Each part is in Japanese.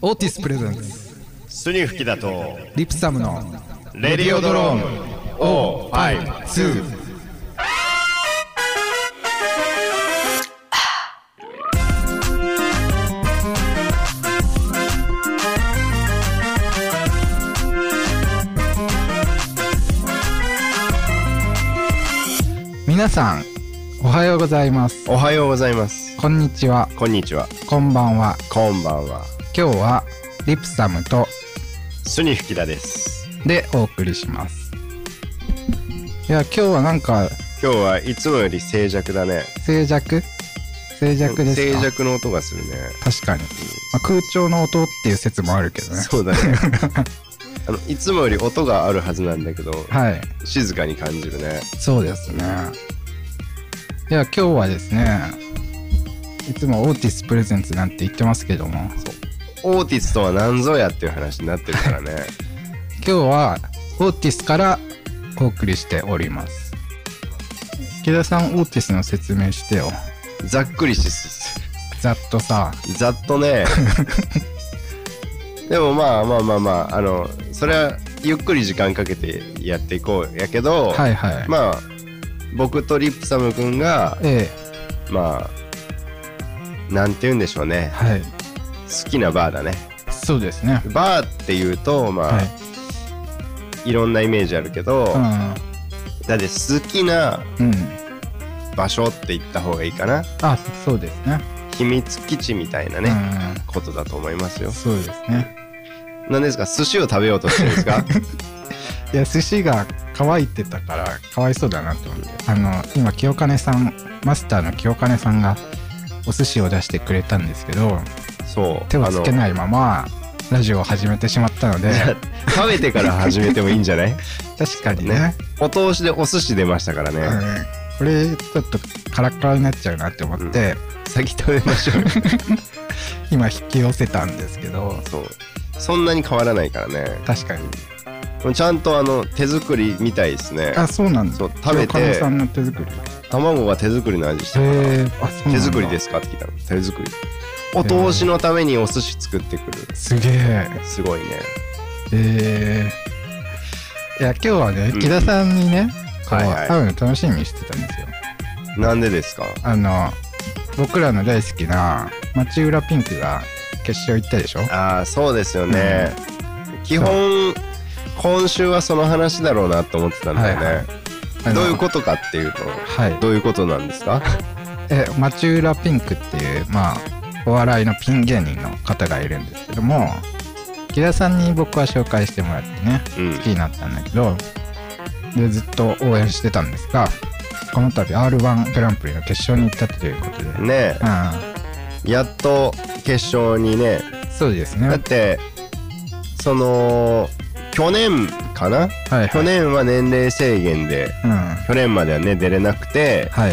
オーティスプレゼンツスニフキだとリプサムのレディオドローンオー5 2皆さんおはようございますおはようございますこんにちはこんにちはこんばんはこんばんは今日はリプサムとスニフキだですでお送りしますいや今日はなんか今日はいつもより静寂だね静寂静寂です静か寂の音がするね確かに、まあ、空調の音っていう説もあるけどねそ うだねあのいつもより音があるはずなんだけどはい静かに感じるねそうですねいや今日はですねいつもオーティスプレゼンツなんて言ってますけどもオーティスとは何ぞやっていう話になってるからね今日はオーティスからお送りしております池田さんオーティスの説明してよざっくりしすざっとさざっ とねでもまあまあまあまああのそれはゆっくり時間かけてやっていこうやけど、はいはい、まあ僕とリップサム君がえまあなんて言うんでしょうえねはい好きなバーだねそうですねバーっていうとまあ、はいい、ろんなイメージあるけど、うだって好きなんうん場所って言った方がいいかなあそうですね秘密基地みたいなね、ことだと思いますうんよそうですね何ですか寿司を食べようとしてるんで すかいや寿司が乾いてたからかわいそうだなと思ってあの今清金さんマスターの清金さんがお寿司を出してくれたんですけどそう手をつけいないままラジオを始めてしまった ので食べてから始めてもいいんじゃない 確かにねねお通しでお寿司出ましたからね、うんこれちょっとカラッカラになっちゃうなって思って、先食べましょうよ今引き寄せたんですけど そうそんなに変わらないからね確かにちゃんとあの手作りみたいですねあそうなんだそう食べて清金さんの手作りへ卵が手作りの味してるからえあそうなんだ手作りですかって聞いたの手作りお通しのためにお寿司作ってくるすげえすごいねえー、いや今日はねうん池田さんにね、こうはいはい会うの楽しみにしてたんですよなんでですかあの僕らの大好きな町浦ピンクが決勝行ったでしょああそうですよね、基本今週はその話だろうなと思ってたんだよね、はいはいあのどういうことかっていうとはいどういうことなんですかえ町浦ピンクっていうまあお笑いのピン芸人の方がいるんですけども池田さんに僕は紹介してもらってねうん好きになったんだけどでずっと応援してたんですがこの度 r 1グランプリの決勝に行ったということで、うん、ねえやっと決勝にねそうですねだってその去年かなはいは去い。年は年齢制限でうん。去年まではね出れなくてはい。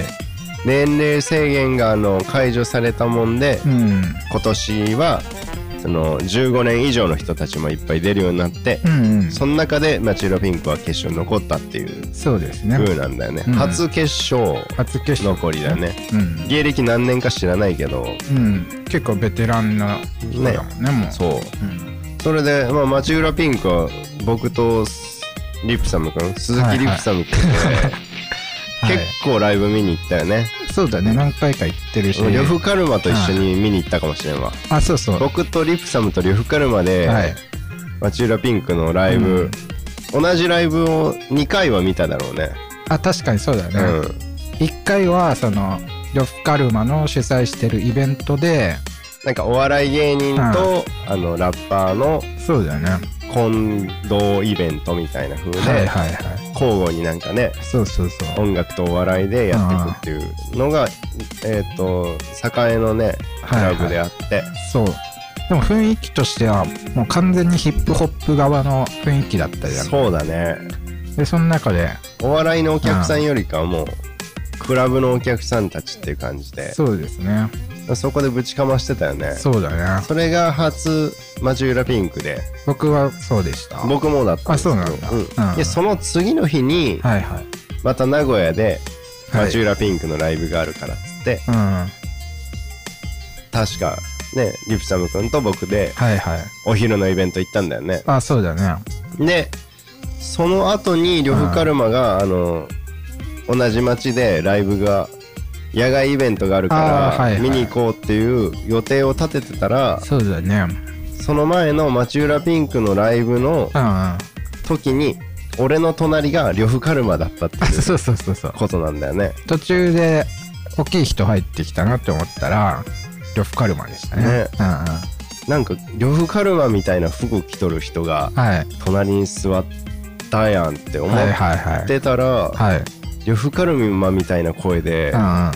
年齢制限があの解除されたもんでうん。今年はその15年以上の人たちもいっぱい出るようになってうん、うん。その中でマチューロピンクは決勝に残ったっていうそうですね。風なんだよねうん初決勝初決勝。残りだねうん。芸歴何年か知らないけどうん。結構ベテランな人だもんね、もう。そううん。それで、まあ、町浦ピンクは僕とスリプサム君鈴木リプサム君で、はい。 結構ライブ見に行ったよね、そうだね、何回か行ってるし。呂布カルマと一緒に見に行ったかもしれんわ、あ、そうそう。僕とリプサムと呂布カルマで、はい。町浦ピンクのライブ、同じライブを2回は見ただろうねあ、確かにそうだうね。ん一、回は、その、呂布カルマの主催してるイベントで、なんかお笑い芸人と、あのラッパーのそうだよね。混同イベントみたいな風で、はいはいはい。交互になんかねそうそうそう。音楽とお笑いでやっていくっていうのが、えっ、と栄のねクはいはラいブであって、そう。でも雰囲気としては、もう完全にヒップホップ側の雰囲気だったじゃん。そうだねで、その中で、お笑いのお客さんよりかはもう、クラブのお客さんたちっていう感じでそうですね。そこでぶちかましてたよねそそうだね。れが初マジューラピンクで僕はそうでした。は僕もだったんですけどあそうなんだうんでその次の日にいはい。また名古屋ではいマチューラピンクのライブがあるからっつって、うん。確かね、リプチャム君と僕で、はいはい。お昼のイベント行ったんだよね。あ、そうだね。で、その後に、呂布カルマが、あの、同じ町でライブが、野外イベントがあるあーはかいはら、い見に行こうっていう予定を立ててたら、そうだね。その前の町浦ピンクのライブのうんうん。時に、俺の隣が呂布カルマだったっていあ、う そうそうそうそう。ことなんだよね。途中で大きい人入ってきたなって思ったら、呂布カルマでしたね。ねうんうん。なんか、呂布カルマみたいな服着とる人が、はい。隣に座ったやんって思っはいはいはい。てたら、はい。呂布カルマみたいな声でうんうん。あ、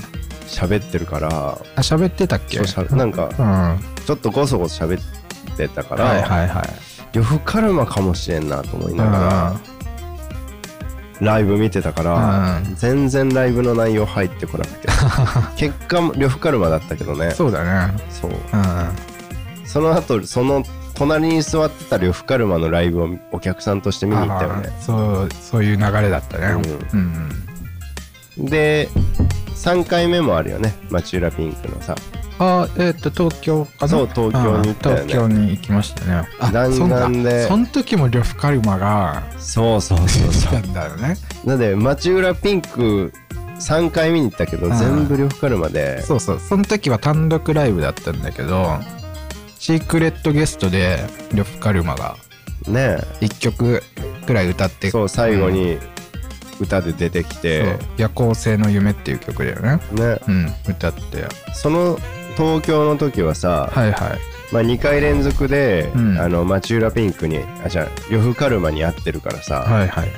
喋ってるから、喋ってたっけそうしゃなんかうん。はちょっとごそごそ喋ってたかいら、はいはい。呂布カルマかもしれんなと思いながら、ライブ見てたから、うん全然ライブの内容入ってこ なくて結果呂布カルマだったけどねうん。そうだね。そううんその後その隣に座ってた呂布カルマのライブをお客さんとして見うん。に行ったよねあーそう、そういう流れだったね。うん。うん、で3回目もあるよね町浦ピンクのさあー、えっ、と、東京かなそう東京に行ったよねうん東京に行きましたね。あ、弾そんだ丸でそん時も呂布カルマがそうそうそう来そたうんだよね。 なんで町浦ピンク3回見に行ったけどうん全部呂布カルマでそうそう、その時は単独ライブだったんだけど、シークレットゲストで呂布カルマがね1曲くらい歌って、そう最後に歌で出てきそうて、夜行性の夢っていう曲だよね。ねうん、歌って。その東京の時はさ、はいはい。まあ、2回連続で、うんあの町浦ピンクにあじゃあ呂布カルマに会ってるからさはいはい。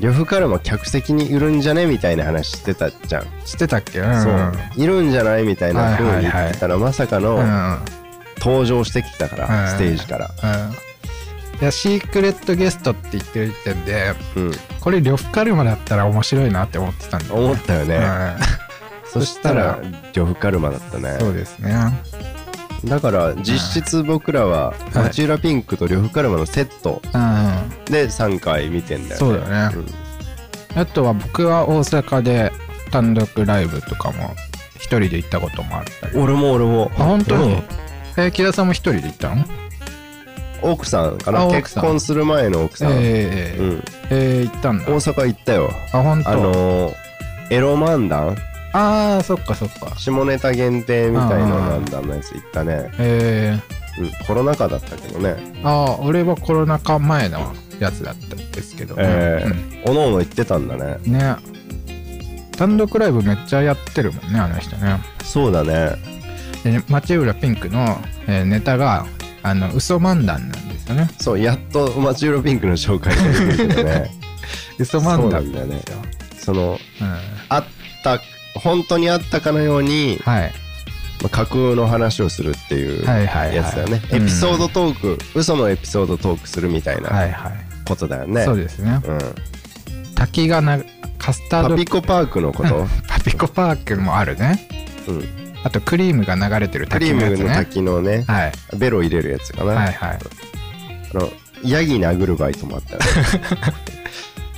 呂布カルマ客席にいるんじゃねみたいな話してたじゃん、知ってたっけうん。そういるんじゃないみたいな風に言ってたら、まさかうのんうん。登場してきたから、はいステージから、うんいやシークレットゲストって言ってる時点でうん、これ呂布カルマだったら面白いなって思ってたんだよね思ったよね、そしたらそ呂布カルマだったうねんそうですねだから実質僕らははい町浦ピンクと呂布カルマのセットうんで3回見てんだよそねうだねあとは僕は大阪で単独ライブとかも一人で行ったこともあったりうん俺も俺もあ本当にうんえー木田さんも一人で行ったの奥さんかあな奥結さん婚する前の奥さん、えーえうーん、えー行ったんだ大阪行ったよあ本あ当のーエロ漫談ああそっかそっか下ネタ限定みたいあなー漫談のやつ行ったね、えうん、コロナ禍だったけどねーああ俺はコロナ禍前のやつだったんですけどええうんおのおの行ってたんだねね単独ライブめっちゃやってるもんねあの人ねそうだねで町浦ピンクの、えーネタがあの嘘漫談なんですよねそうやっと町浦ピンクの紹介ができるけ どね嘘漫談そうなんだよねそのうんあった本当にあったかのように、はいまあ架空の話をするっていうはいはいはいやつだよね、うんエピソードトーク、嘘のエピソードトークするみたいはないはい、ことだよね、そうですねうん、滝がなカスターパドピコパークのこと、パピコパークもあるねうん、あとクリームが流れてるクリ滝ーのやムつのね滝のねはいベロ入れるやつかな、はいはいあのヤギ殴るバイトも あったよね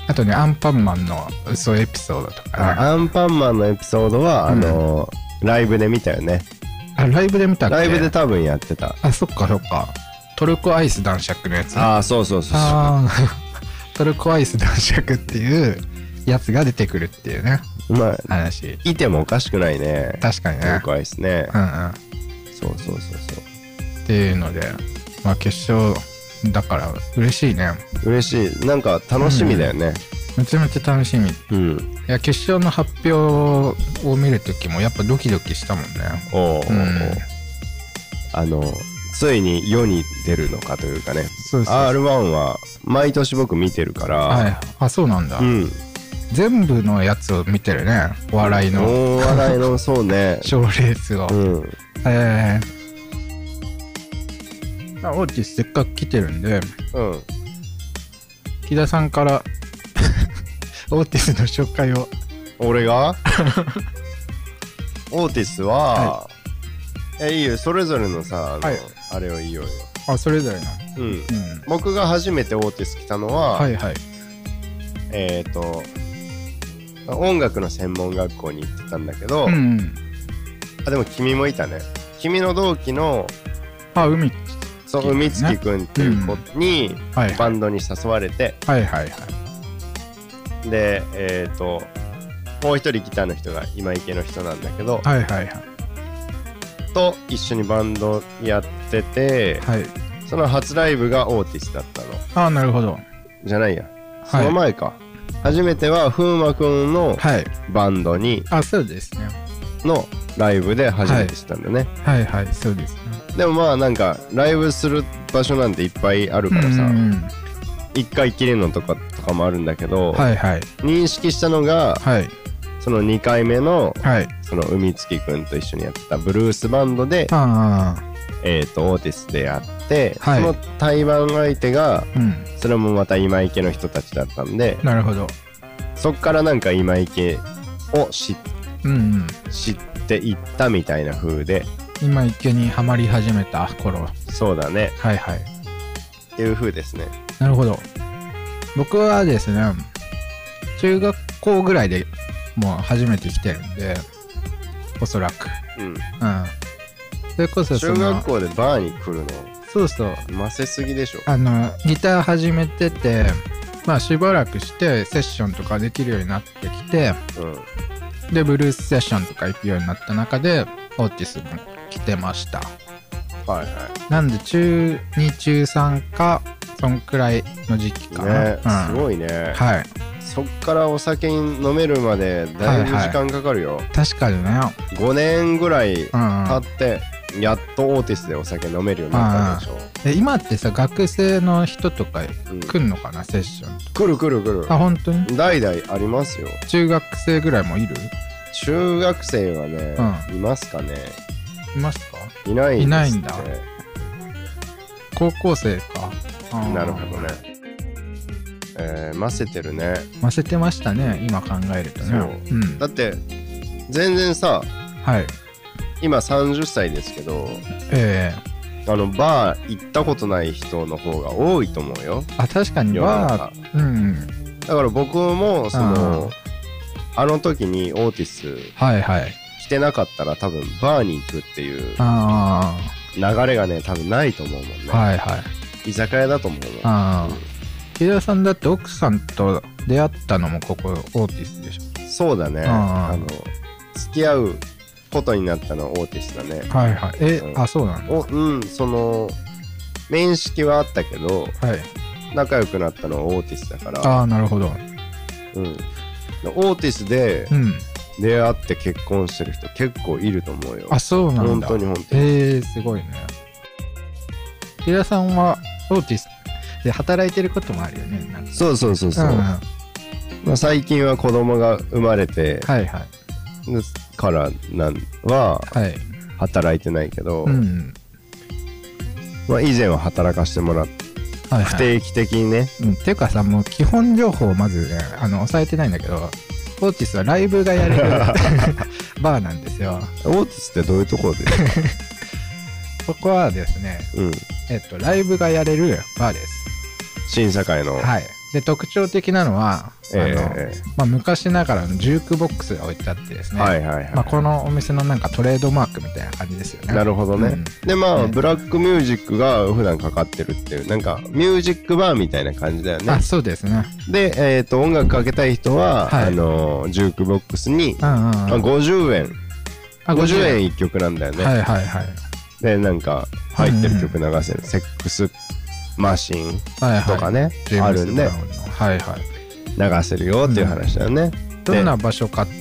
あとねアンパンマンの嘘エピソードとかねあアンパンマンのエピソードはあの、ライブで見たよねあライブで見たっけライブで多分やってたあそっかそっかトルコアイス男爵のやつねああそうそうそうそあー トルコアイス男爵っていうやつが出てくるっていうねうまあ話いてもおかしくないね確かにね怖いですねう、んうんっそうそうそうそていうのでまあ決勝だから嬉しいねう嬉しいなんか楽しみだよねめちゃめちゃ楽しみいうん、や決勝の発表を見るときもやっぱドキドキしたもんねおうおうおううんあのついに世に出るのかというかねそうそう R1 は毎年僕見てるから、はい、あそうなんだ、うん、全部のやつを見てるねお笑いのお笑いのそ うね賞レースを、うんえーまあオーティスせっかく来てるんでうん木田さんから オーティスの紹介を俺が オーティスは、えいいよそれぞれのさあの、はいあれをいいよよ、あそれぞれのうん、うん僕が初めてオーティス来たのは、はいはいえっ、と音楽の専門学校に行ってたんだけど、うんあでも君もいたね君の同期のあ、海。そう海月くんっていう子にはいはバいンドに誘われて、はいはい。でえっ、ともう一人ギターの人が今池の人なんだけど、はいはいはい。と一緒にバンドやっててはい。その初ライブがオーティスだったのあ、なるほど。じゃないや、そのは前か初めては風磨くんのい。はい。バンドにあ、そうですね。のライブで初めてしたんだね、はいはい、そうですね。でもまあなんかライブする場所なんていっぱいあるからさ、うんうん一回きりのとかとかもあるんだけど、はいはい。認識したのがはい。その2回目のはい。その海月くんと一緒にやってたブルースバンドで、あえー、とオーティスでやって、はいその対バン相手があ、うん。それもまた今池の人たちだったんでなるほど。そっからなんか今池を知うんうん。知っていったみたいな風で今、池にはまり始めた頃。そうだねはいはい。っていう風ですねなるほど。僕はですね、中学校ぐらいでもう初めて来てるんで、おそらく。うんうん。それこそそ中の、学校でバーに来るのそうそう。ませすぎでしょあの、ギター始めてて、まあしばらくしてセッションとかできるようになってきて、うんで、ブルースセッションとか行くようになった中で、オーティスも来てました。はいはなんで、中2、中3か、そんくらいの時期かな。いねすい。ごいねはい。そっからお酒飲めるまでだいぶ時間かかるよ確かにね。 5年ぐらいうん、うん。経ってやっとオーティスでお酒飲めるようになったでしょえ今ってさ学生の人とかうん来んのかなセッションと来る来る来かあ本当にる代々ありますよ中学生ぐらいもいる中学生はねいますかねいますかいないですいないんねだ高校生かあーなるほどね。えー、ませてるね。ませてましたね今考えるとねそううんだって、全然さ、はい今30歳ですけど、えあの、バー行ったことない人の方が多いと思うよ。ー、あ確かに世のは中うんだから僕も、そうんの、あの時にオーティスはいはい来てなかったら多分バーに行くっていうあ流れがね、多分ないと思うもんね。あはいはい居酒屋だと思うもん。ああ木田さんだって奥さんと出会ったのもここオーティスでしょそうだね。んあの、付き合うことになったのはオーティスだね。はいはいえ、うんあそうなんだおうんその面識はあったけどはい仲良くなったのはオーティスだから、ああなるほどうん、オーティスでうん出会って結婚してる人結構いると思うよあそうなん本だ当に本当にえー、すごいね。平田さんはオーティスで働いてることもあるよね。なんかそうそうそうそう、んまはあ、最近は子供が生まれていはい。からなんははい。働いてないけど、うん。まあ、以前は働かしてもらってはい、不はい。定期的にねうん、っていうかさ、もう基本情報をまずね、あの、抑えてないんだけど、オーティスはライブがやれるバーなんですよ。オーティスってどういうところで、ここはですね、うん、えっと、ライブがやれるバーです。審査会の、はい。で、特徴的なのは、ええあのえまあ、昔ながらのジュークボックスが置いてあってですえね、はいはいはい、まあ、このお店のなんかトレードマークみたいな感じですよね。なるほどね、うんでまあ、うんブラックミュージックが普段かかってるっていうなんかミュージックバーみたいな感じだよねあそうですね。で、えー、と音楽かけたい人は、はいあのージュークボックスに、うんうんうん、まあ、50円あ50円1曲なんだよね、はいはいはい。でなんか入ってる曲流せる、セックスマシンはいはい、とかね、ジェあームるズんでブラウンのはいはい。流せるよっていう話だよね、どんな場所かって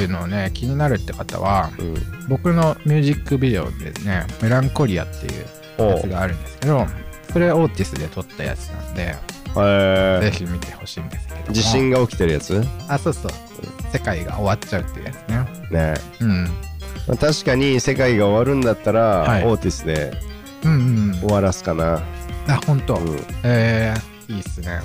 いうのをね、気になるって方は、うん僕のミュージックビデオでね、メランコリアっていうおやうつがあるんですけど、それオーティスで撮ったやつなんで、へぜえひ見てほしいんですけども。地震が起きてるやつあ、そうそう。世界が終わっちゃうっていうやつね。ね、うん。まあ、確かに世界が終わるんだったら、はいオーティスでうんうん。終わらすかな、あ、本当。うんえー、いいっすね。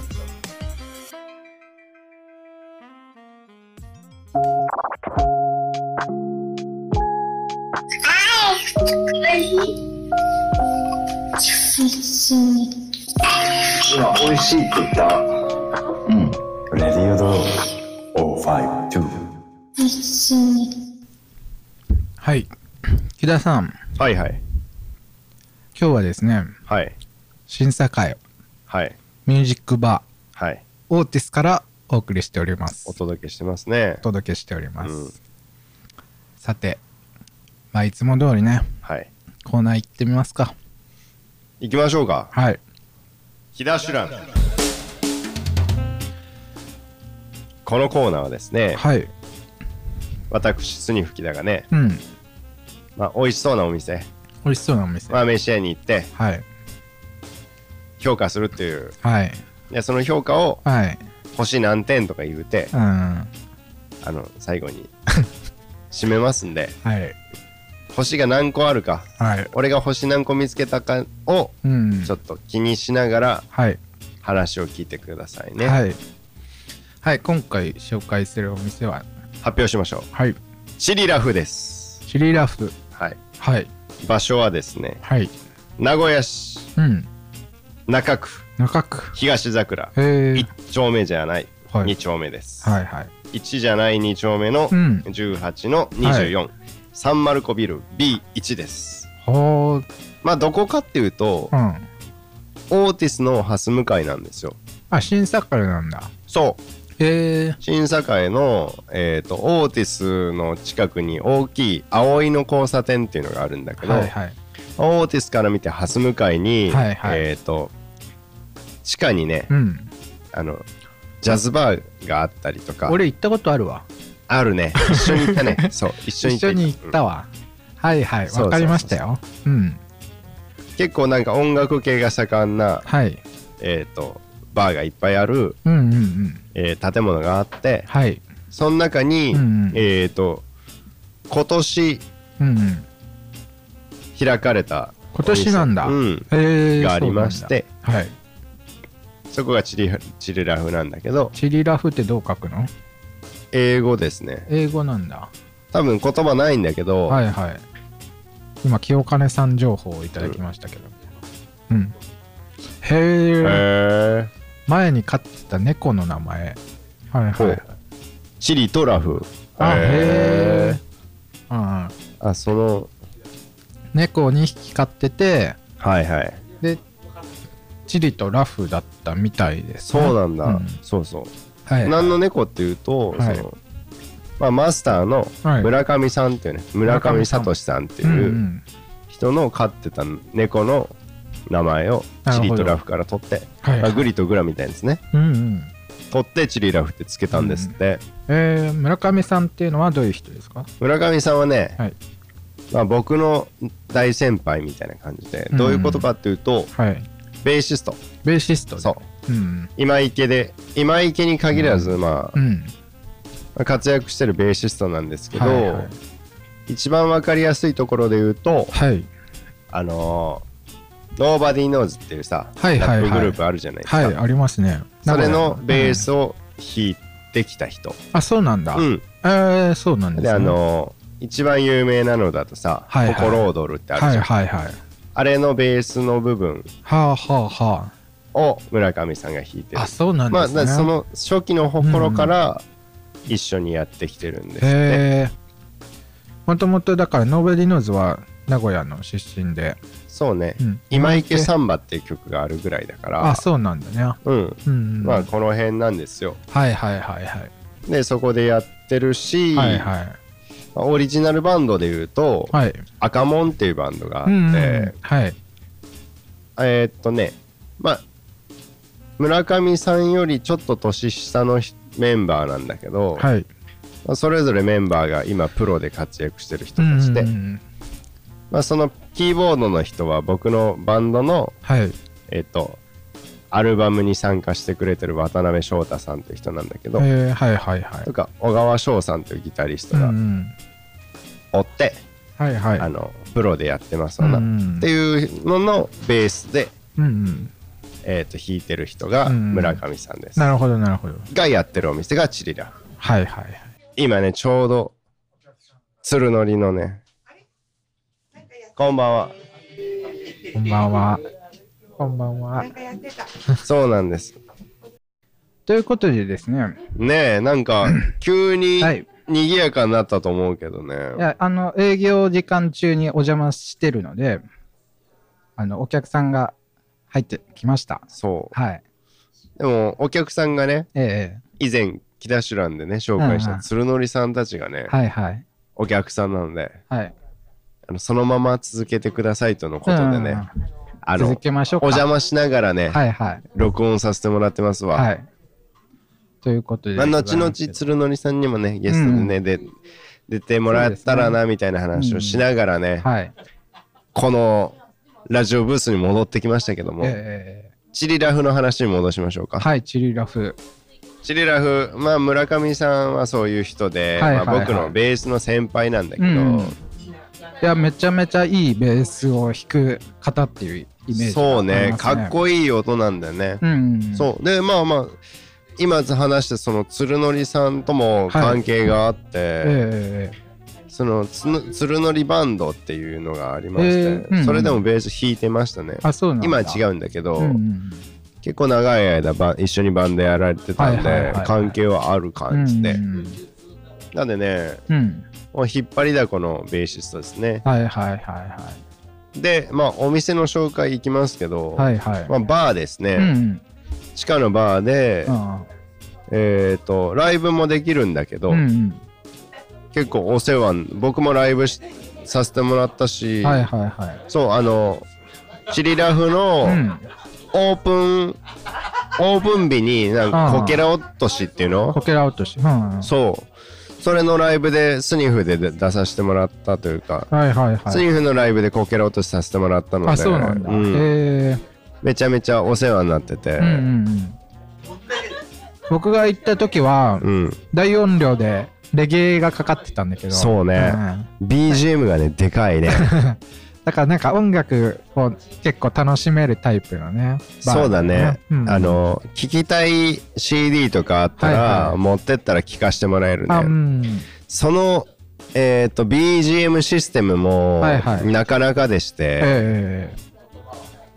今美味しいって言ったうんレディオドロー052はい。木田さん、はいはい。今日はですね、はい。審査会はい。ミュージックバはい。ーオーティスからお送りしておりますお。届けしてますねお。届けしております。うんさて、まあいつも通りね、はい。コーナー行ってみますか。行きましょうか。はい。ヒダシュラン。このコーナーはですね、はい。私、スニフキだがね、うん。まあ、美味しそうなお店、美味しそうなお店。まあ、飯屋に行って、はい。評価するっていう、はい。でその評価をはい。星何点とか言うてう、ん。はあの、最後 に締めますんい。で、星が何個あるか、はい。俺が星何個見つけたかを、うん。ちょっと気にしながらはい。話を聞いてくださいね。はい。はい。今回紹介するお店は、発表しましょう。はい。シリラフです。シリラフ。はい。はい。場所はですね、はい。名古屋市うん。中区中区。東桜。へえ1。丁目じゃない、はい2丁目です、はいはい。 1じゃない2丁目のうん18の24、サンマルコビル B1 ですほー。まあどこかっていうとうん。オーティスの蓮向かいなんですよあ、新作からなんだ。そうへえ。新栄の、えー、とオーティスの近くに大きい葵の交差点っていうのがあるんだけど、はいはい。オーティスから見て蓮向かいに、はいはいえっ、と地下にねうん。あのジャズバーがあったりとか俺行ったことあるわ。あるね一緒に行っ たねそう一緒に一緒に行ったわ。はいはい。わかりましたよ。うん。結構なんか音楽系が盛んな、はい。えー、とバーがいっぱいある、うんうんうん。えー建物があってはい。その中に、うんうんえっ、と今年うんうん。開かれた今年なんだお店うんへえ。がありましてそうなんだ。はい。そこがチリチリラフなんだけどチリラフってどう書くの英語ですね英語なんだ。多分言葉ないんだけど、はいはい。今、清金さん情報をいただきましたけど。うん。へへえ。ー前に飼ってた猫の名前。はいほはうい。チリとラフあ、へえうー。んうん。あその猫を2匹飼ってて、はいはいで、チリとラフだったみたいですね、そうなんだ、うんそうそうはい。何の猫っていうと、はいそのまあ、マスターのはい村上さんっていうね、村上聡さんってうんういうん人の飼ってた猫の名前をなるチほどリとラフから取って、はいまあグリとグラみたいですねうんうん。取ってチリラフってつけたんですって、えー、村上さんっていうのはどういう人ですか村上さんはね、はいまあ、僕の大先輩みたいな感じで、うんどういうことかっていうとはい。ベーシストベーシストでそううん。今池で今池に限らず、まうん。うん。あ、活躍してるベーシストなんですけど、はいはい一番わかりやすいところで言うと、はい。あのー、Nobody Knows っていうさ、はいはいはいラップグループあるじゃないですか。はい、ありますね。それのベーうんスを弾いてきた人。あ、そうなんだ。うん。えー、そうなんですで、ね。あのー、一番有名なのだとさ、はいはい心躍るってあるじゃん、はいはいはい。はあれのベースの部分あはあはを村上さんが弾いてるあ。あ、。そうなんまあ、でだすかね。らその初期の頃から一緒にやってきてるんですって。へえ。もともとだから、ノーベリーノーズは名古屋の出身で。そうね。うん今池サンバっていう曲があるぐらいだから、あ、そうなんだね。うん。うんうん。まあ、この辺なんですよ。はいはいはいはい。で、そこでやってるし、はいはい。まあオリジナルバンドで言うと、はい。赤門っていうバンドがあって、うんうん。はい。えーっとね、まあ、村上さんよりちょっと年下のひメンバーなんだけど、はい。まあそれぞれメンバーが今プロで活躍してる人たちで、うんうんうんまあ、そのキーボードの人は僕のバンドの、はい。えーっと、アルバムに参加してくれてる渡辺翔太さんっていう人なんだけど、えー、はいはいはいと。か小川翔さんというギタリストうんうがん。おって、はいはい。あのプロでやってますわな、うんうんっていうののベースでうんうん。えー、と弾いてる人がうん村上さんです、なるほどなるほど。がやってるお店がチリラフはいはいはい。今ねちょうど鶴のりのねこんばんはこんばんは。こんばんは。そうなんですということでですね、 ねえなんか急にはい。賑やかになったと思うけどね。いや、あの、営業時間中にお邪魔してるので、あの、お客さんが入ってきました。そはい。う。でも、お客さんがね、え以前、木田シュランでね、紹介しうんうたん鶴則さんたちがね、えはいはい。お客さんなので、はい。あのそのまま続けてくださいとのことうでね、んうんあうん。の、続けましょうおか。邪魔しながらね、はいはい。録音させてもらってますわ。はい。ということで。まあ、後々鶴則さんにもねゲストでね、で出てもらったらなみたいな話をしながらね、はい。このラジオブースに戻ってきましたけども、えチリラフの話に戻しましょうえか、はい、チリラフ。チリラフまあ村上さんはそういう人で、はいはいはいまあ、僕のベースの先輩なんだけど、うんいや、めちゃめちゃいいベースを弾く方っていうイメージ、そうねかっいい。こいい音なんだよね、うん、うん。そうでまあまあ今話したその鶴則さんとも関係があって、ええそのつの鶴則バンドっていうのがありまして、えーうんうんそれでもベース弾いてましたねあ、そうなんだ。今う。は違うんだけど、うんうん、結構長い間ば一緒にバンドやられてたんで、はいはいはいはい関係はある感じで、うんなんでねうんうん。もう引っ張りだこのベーシストですねはいはいはいはでまあお店の紹介行きますけど、い。はいはい。まあ、バーですね、うんうん。地下のバーで、あえっ、とライブもできるんだけあど、うん結構お世話に僕もライブしさせてもらったうし、ん。はいはいはい。そうあのチリラフの、うん。オープンオープン日になんかうんこけら落としっていうこのけら落とし。うんうん。そうそれのライブでスニフで出出させてもらったというか、はいはいはスい。ニフのライブでこけら落としさせてもらったのであ、そうなんだ。うんええめちゃめちゃお世話になってて、うんうんうん。僕が行った時は、うん大音量でレゲエがかかってたんだけど。そうねん BGM がねでかい ねだからなんか音楽を結構楽しめるタイプのね。バーそうだね、うんあの聞きたい CD とかあったら、はいはい持ってったら聞かしてもらえるねあ、うん。そのえっ、と BGM システムもはいはいなかなかでして、ええ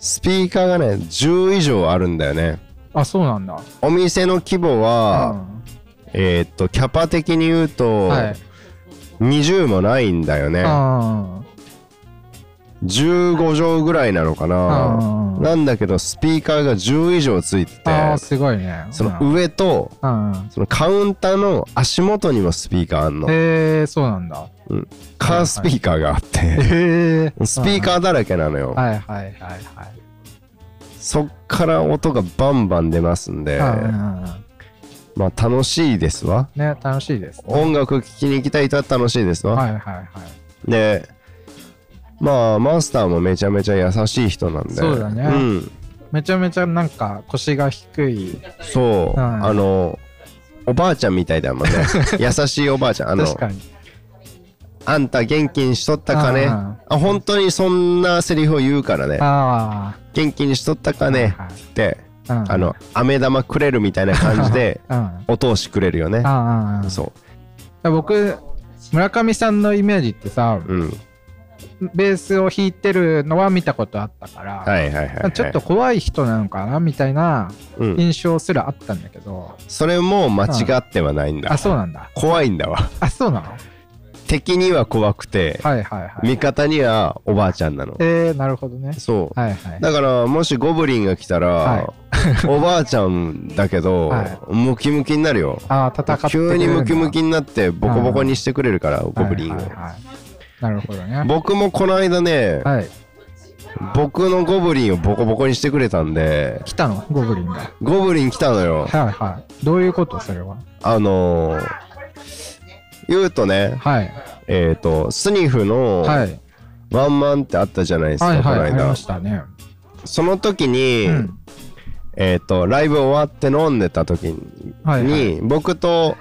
スピーカーがね10以上あるんだよねあ、そうなんだ。お店の規模は、えーっとキャパ的に言ううと、ん、はい。 20もないんだよねあ15畳ぐらいなのかなうんなんだけどスピーカーが10以上ついててーあー、すごいね。そのうん上とうん。そのカウンターの足元にもスピーカーあんのえー、そうなんだ。カースピーカーがあってえー、スピーカーだらけなのーよはいはいはいはい。そっから音がバンバン出ますんでうんうんうんまあ楽しいですわね、楽しいです、ね。音楽聴きに行きたい人は楽しいですわはいはいはい。でまあマスターもめちゃめちゃ優しい人なんでそうだねうんめちゃめちゃなんか腰が低い。そうう、んあのおばあちゃんみたいだ もんね優しいおばあちゃんあの確かに。あんた元気にしとったかねうんあ本当にそんなセリフを言うからねあ元気にしとったかねはいはいってあ。うんあ、の飴玉くれるみたいな感 じでうん。あお通しくれるよねあ。そ僕、村上さんのイメージってさ、ううんベースを弾いてるのは見たことあったから、はいはいはいはい、ちょっと怖い人なのかなみたいなうん、印象すらあったんだけど、それも間違ってはないんだあ、そうなんだ。怖いんだわ あ、そうなの敵には怖くてはいはいはい。味方にはおばあちゃんなのえー、なるほどね。そう、はいはい。だからもしゴブリンが来たら、はい おばあちゃんだけど、はいムキムキになるよああ、戦ってくれる急んだにムキムキになってボコボコにしてくれるからゴブリンを、はいはいはいなるほどね。僕もこの間ね、はい。僕のゴブリンをボコボコにしてくれたんで来たのゴブリンが。はゴブリン来たのよいはい。どういうことそれは。あのー言うとね、はい。えっ、と、スニフのはい。ワンマンってあったじゃないですか、はいはい。ありこの間ま。したね。その時に、うんえっ、と、ライブ終わって飲んでた時に、はいはい僕と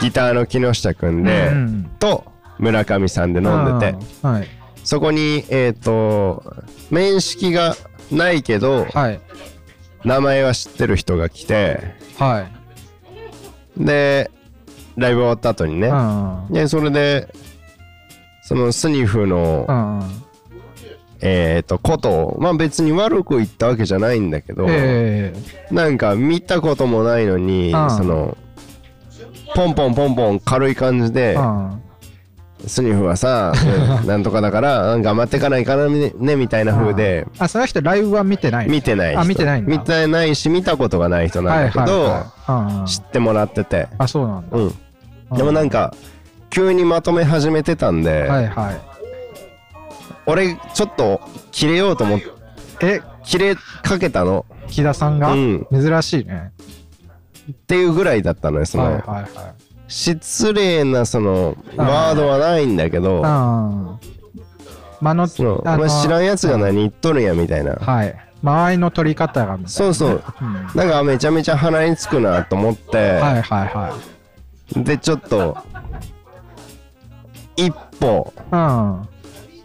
ギターの木下くんで、うんと村上さんで飲んでて、あーはい。そこに、えっ、と、面識がないけど、はい。名前は知ってる人が来て、はい。で、ライブ終わった後にね、うんで、それで、そのスニフの、うんうん。えっ、と、ことを、まあ別に悪く言ったわけじゃないんだけど、ええなんか見たこともないのに、うんそのポンポンポンポン軽い感じで、あスニフは さ、うんなんとかだから、うん頑張ってかないかなね、みたいな風で、ああその人ライブは見てない見てない人。あ見てないんだ見てないし、見たことがない人なんだけど、あ知ってもらってて。あそうなんだ、うん。でもなんか、急にまとめ始めてたんで、はいはい俺、ちょっと、切れようと思って、え切れかけたの。木田さんが、うん珍しいねっていうぐらいだったのよ、その、はいはいはい失礼な、その、あーワードはないんだけど、あ間のその、おあの前知らんやつが何言っとるんや、みたいな。はい間合いの取り方がみたいそうそう。な、うんなんかめちゃめちゃ鼻につくなと思って、はいはいはいでちょっと一歩うん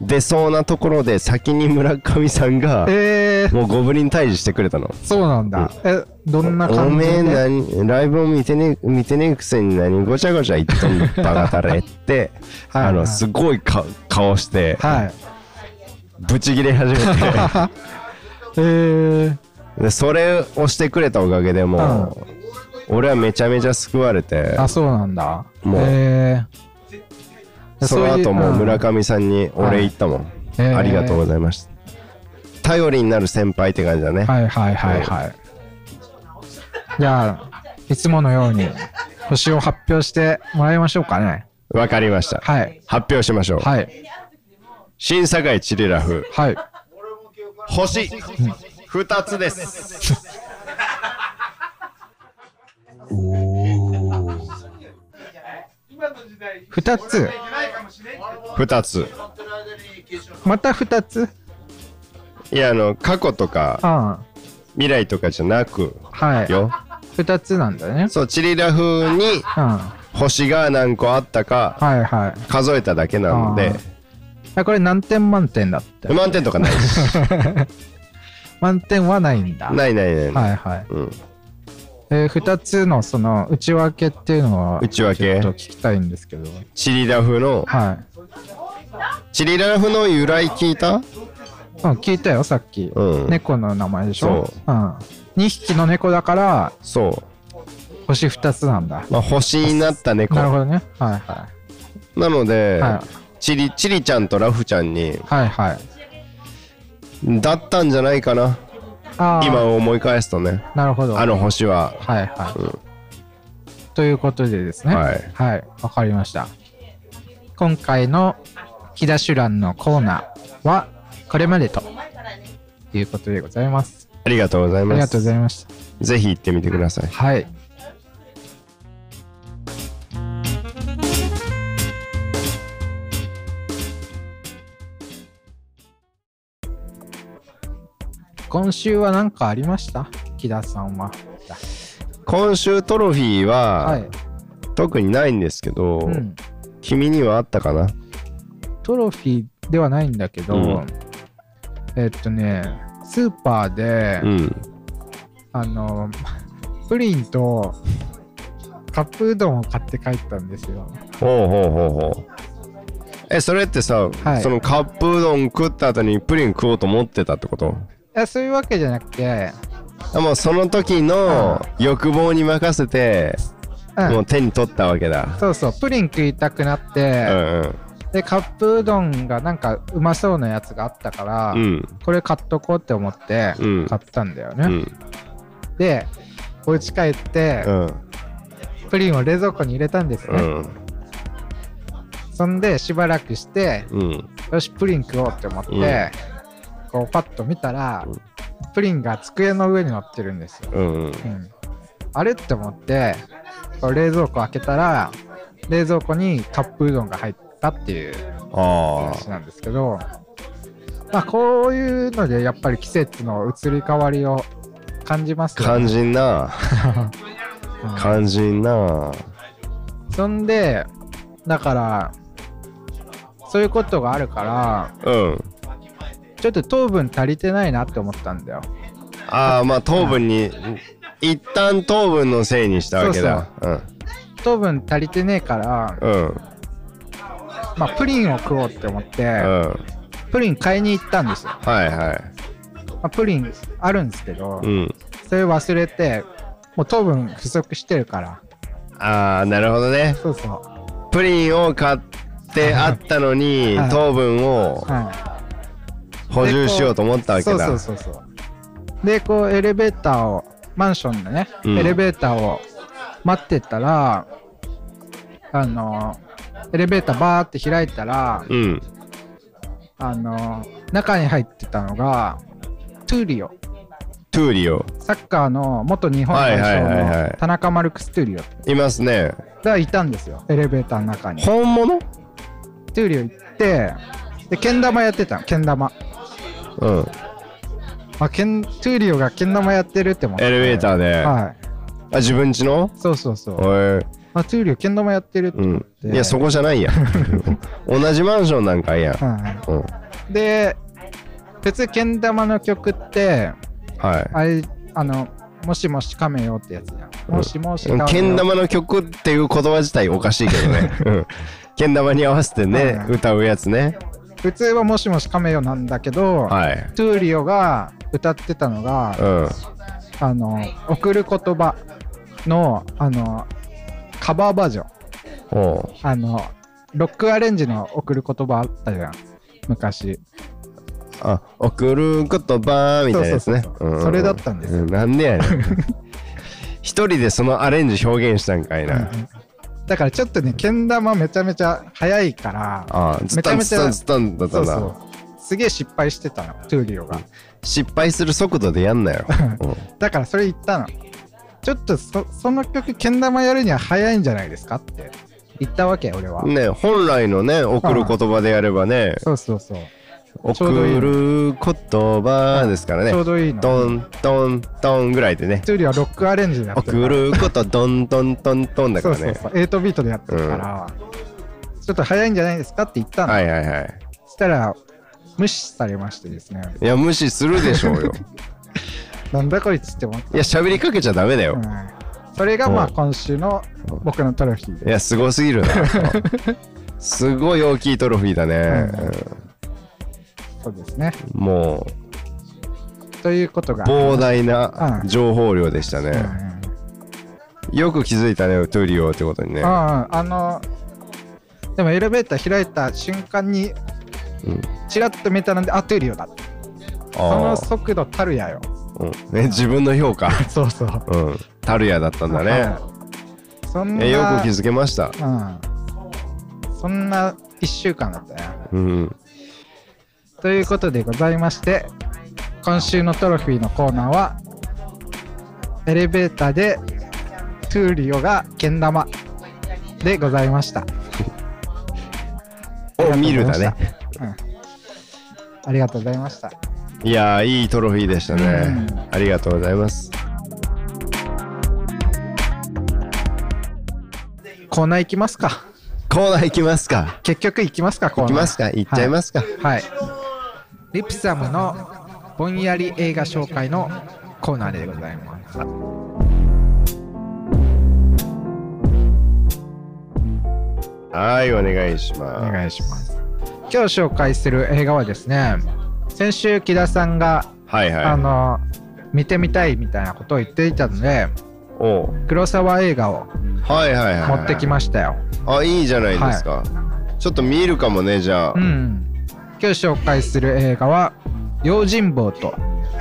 出そうなところで先に村上さんがえー、もうゴブリン退治してくれたの。そうなんだ、えどんなお感じめでえ何ライブを見てね見てねえくせに何ごちゃごちゃ言っとんのバカタレって はいはいあのすごいか顔してはいブチギレ始 めえー、てでそれをしてくれたおかげでもう俺はめちゃめちゃ救われてあそうなんだもうえー、そのういう後もん村上さんにお礼言ったもん、えーありがとうございました頼りになる先輩って感じだね、はいはいはいはい。じゃあ、いつものように、星を発表してもらいましょうかね。わかりました、はい。発表しましょう、はい。新堺チリラフはい。星2つです二つ。 2つまた二ついやあの過去とかあ未来とかじゃなくあ。はい。よ二つなんだね。そうチリラフにうん。は星が何個あったかいはい。数えただけなのであこれ何点満点だって。満点とかないし 満点はないんだ。ないないない、はいはい。うん、えー、二つのその内訳っていうのは、ち内訳ょっと聞きたいんですけど。チリラフのはい。チリラフの由来聞いたうん、聞いたよ、さっき。うん猫の名前でしょ。そうん。2匹の猫だから、そう星2つなんだ。まあ、星になった猫なるほなどね。はいはので、はチリチリちゃんとラフちゃんにい。はいはい。だったんじゃないかなああ、今思い返すとねなるほど。あの星ははいはい、ということでですね。はいはい。わ、かりました。今回の木田酒蘭のコーナーは、これまでということでございます。ありがとうございあますりがとうございました。ぜひ行ってみてくださいはい。今週は何かありました木田さんは。今週トロフィーは、はい、特にないんですけど、うん。君にはあったかなトロフィーではないんだけど、うんえっとね、スーパーで、うんあの、 プリンとカップうどんを買って帰ったんですよ。ほうほうほうほうえそれってさ、はいそのカップうどん食った後にプリン食おうと思ってたってこといやそういうわけじゃなくて、あもうその時の欲望に任せて、うんもう手に取ったわけだそうそう、プリン食いたくなっうて、んで、カップうどんがなんかうまそうなやつがあったから、うんこれ買っとこうって思ってうん買ったんだようね。んで、お家帰ってう、んプリンを冷蔵庫に入れたんですうね。んそんで、しばらくして、うんよし、プリン食おうって思っうんて、こう、パッと見たらうん、プリンが机の上に乗ってるんですよ。うんうんあれって思って、こう冷蔵庫開けたら、冷蔵庫にカップうどんが入ったっていう。ああ話なんですけど、まあ、こういうのでやっぱり季節の移り変わりを感じますよね肝心な うん肝心なそんでだからそういうことがあるからうんちょっと糖分足りてないなって思ったんだよああまあ糖分に一旦糖分のせいにしたわけだ糖分足りてねえから、うんうんまあ、プリンを食おうって思って、うんプリン買いに行ったんですよ、はいはいまあ、プリンあるんですけど、うんそれ忘れてもう糖分不足してるからああなるほどねそうそう。プリンを買ってあったのにはい糖分をは補充しようと思ったわい。そけうそうだそうそう。で、こう、エレベーターを、マンションでね、うんエレベーターを待ってたら、あの、エレベーターバーって開いたら、うんあの、中に入ってたのが、トゥーリオ。トゥーリオサッカーの元日本代はいはいはいは表いの田中マルクス・トゥーリオいますねがいたんですよ、エレベーターの中に。ト本物ゥーリオ行って、で、けん玉やってたの、けん玉。うんあ、けん、トゥーリオがけん玉やってるって思って。エレベーターであはい。自分家のそうそうそう。へえあ、トゥーリオけん玉やってるってう思っんて。いやそこじ ゃないや同じマンションなんかいやんはうんい。で、普通けん玉の曲って、はいあれ、あの、もしもしカメよってやつじゃん。もしもしうん亀けよん玉の曲っていう言葉自体おかしいけ どね。うんけん玉に合わせてね、うん歌うやつね。普通はもしもしカメよなんだけど、はい。トゥーリオが歌ってたのが、うん。あの、送る言葉の、あの、カバーバージョン。おうあの、ロックアレンジの送る言葉あったじゃん。昔。あ、送る言葉みたいなやつねそうそうそう。それだったんですようなんでやねん。一人でそのアレンジ表現したんかいな。だからちょっとね、けん玉めちゃめちゃ早いから、ああ、ずったんめずちゃっためちんゃずったんだったそうなそう。すげえ失敗してたの、トゥーリオが。失敗する速度でやんなよ。うんだからそれ言ったの。ちょっとそその曲、けん玉やるには早いんじゃないですかって言ったわけ、俺は。ね本来のね、送る言葉でやればね、そうそうそう。ち送ょうどいいる言葉ですからね。ちょうどいいの。トントントンぐらいでねトゥーリオはロックアレンジでやってる送から。ることドントントントンだかそうらねそうそう。8ビートでやってるから、ちょっと早いんじゃないですかって言ったの。はいはいはいそしたら、無視されましてですね。いや無視するでしょうよ なんだこいつって思って。いや喋りかけちゃダメだよ、うんそれがまあうん今週の僕のトロフィーいでやすごすぎるなすごい大きいトロフィーだね、そうですね。うんもということがう。膨大なうん情報量でしたうんね、よく気づいたねトゥリオってことにねうんうんあのでもエレベーター開いた瞬間にうんチラッと見たのであトゥーリオだそあのー速度たるやようんね自分の評価 そうそううんタルヤだったんだねはいそんないやよく気づけましたうんそんな1週間だったねうんということでございまして今週のトロフィーのコーナーはエレベーターでトゥーリオがけん玉でございましたを見るだねありがとうございました。うんありがとうございました。いやーいいトロフィーでしたね、うんありがとうございますコーナー行きますか。コーナー行きますか結局行きますか、コーナ行ー。きますか行っちゃいますか、はい。リプサムのぼんやり映画紹介のコーナーでございます。はい、お願いしおます。願いします。今日紹介する映画はですね、先週木田さんが、はいはい。あの見てみたいみたいなことを言っていたので、おう黒沢映画をはいはいはい。持ってきましたよ。あ、いいじゃないですか。ちょっと見るかもね、じゃあ。うん。今日紹介する映画は用心棒と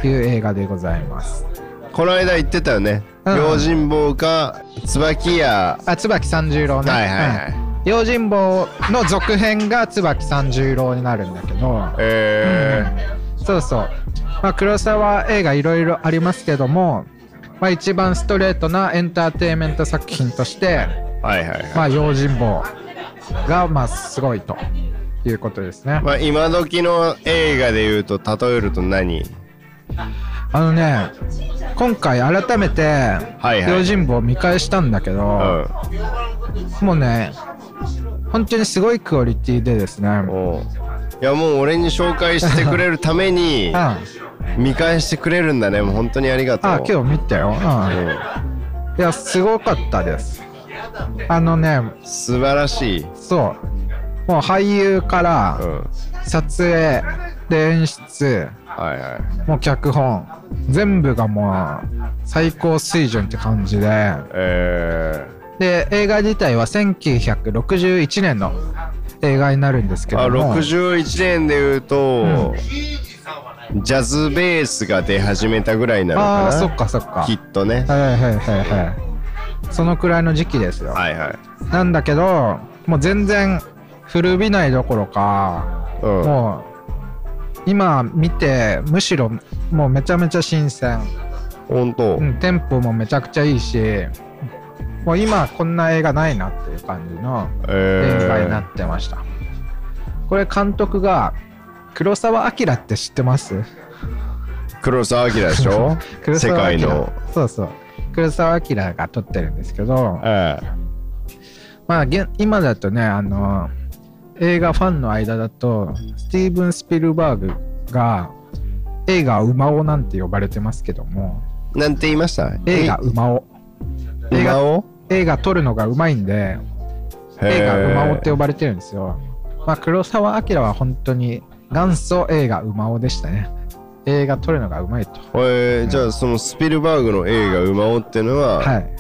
いう映画でございます。この間言ってたよね。うん用心棒か、椿屋。あ椿三十郎ね、はいはいはいうん用心棒の続編が椿三十郎になるんだけどえそうそう、まあ、黒沢映画いろいろありますけども、まあ、一番ストレートなエンターテインメント作品として、ー、はいはいはい。まあ、用心棒がまあすごいということですね、まあ、今時の映画で言うと、例えると何あのね今回改めてはいはい用心棒を見返したんだけど、うん。もうね本当にすごいクオリティでですねおういや、もう俺に紹介してくれるため にうん、あ見返してくれるんだね。もう本当にありがとう。今日見たよ、うんいやすごかったですあのねうん素晴らしい。そうもう俳優かうらん。撮影で演出はいはい。もう脚本全部がもう最高水準って感じでえー。で映画自体は1961年の映画になるんですけあども61年で言うと、ジャズベースが出始めたぐらいなのかなあーそっかそっかきっとねはいはいはいはいそのくらいの時期ですよはいはい、なんだけどもう全然古びないどころかうん、もう今見てむしろもうめちゃめちゃ新鮮本当、うん、テンポもめちゃくちゃいいし、もう今こんな映画ないなっていう感じのえ映画になー、ってました。これ監督が黒澤明って知ってます黒澤明でし ょ黒世澤界明の、そうそう。黒澤明が撮ってるんですけど、えまあ現今だとね、あの、映画ファンの間だと、スティーブン・スピルバーグが映画馬尾なんて呼ばれてますけども、えなんて言いました映画馬尾。え映画馬を映画撮るのがうまいんで、映画「馬尾」って呼ばれてるんですよ。まあ、黒澤明は本当に元祖映画「馬尾」でしたね。映画撮るのがうまいと。えー、じゃあそのスピルバーグの映画「馬尾」ってのは、はい。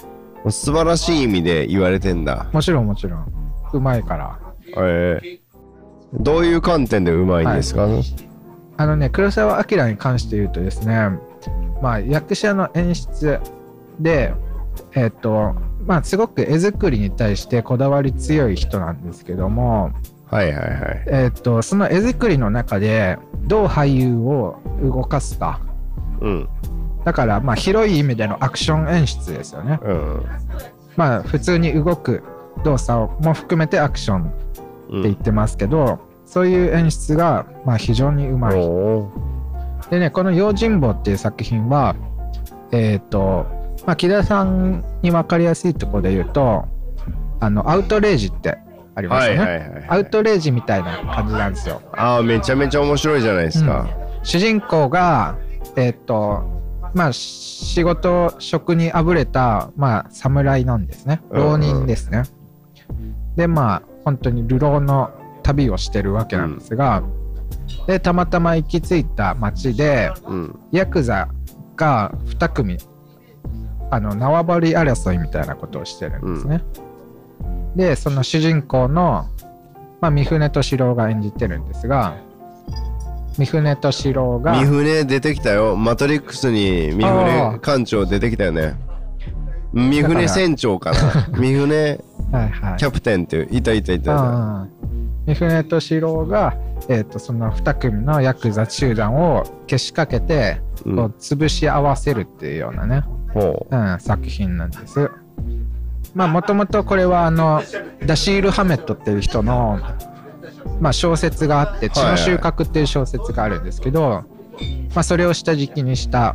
素晴らしい意味で言われてんだ、もちろんもちろん。うまいから。えー、どういう観点でうまいんですか、あのね、黒澤明に関して言うとですね、まあ、役者の演出で、えっ、と、まあ、すごく絵作りに対してこだわり強い人なんですけども、はいはいはいえっ、と、その絵作りの中で、どう俳優を動かすか。うんだから、まあ、広い意味でのアクション演出ですよね。うんまあ、普通に動く動作も含めてアクションってうん言ってますけど、そういう演出がまあ非常にうまい。おでね、この「用心棒」っていう作品は、えっ、と、まあ、木田さんに分かりやすいところで言うと、あの、アウトレイジってありーまはすいよはいね。はアいウトレイジみたいな感じなんですよ。ああめちゃめちゃ面白いじゃないですか、主人公が、えっ、と、まあ、仕事、職にあぶれた、まあ、侍なんですね。うんうん浪人ですね。で、まあ、本当に流浪の旅をしてるわけなんですが、で、たまたま行き着いた町で、うんヤクザが2組、あの、縄張り争いみたいなことをしてるんですね。で、その主人公の、まあ、三船敏郎が演じてるんですが、三船敏郎が、三船出てきたよマトリックスに三あ船ー艦長出てきたよね三船船長かな三船はいはいキャプテンっていたいたいたいたうんうん三船敏郎が、えー、とその2組のヤクザ集団をけしかけて、うんこう潰し合わせるっていうようなね、ほうん、作品なんです。まあもともとこれはあのダシール・ハメットっていう人の、まあ、小説があって「血の収穫」っていう小説があるんですけど、まあ、それを下敷きにした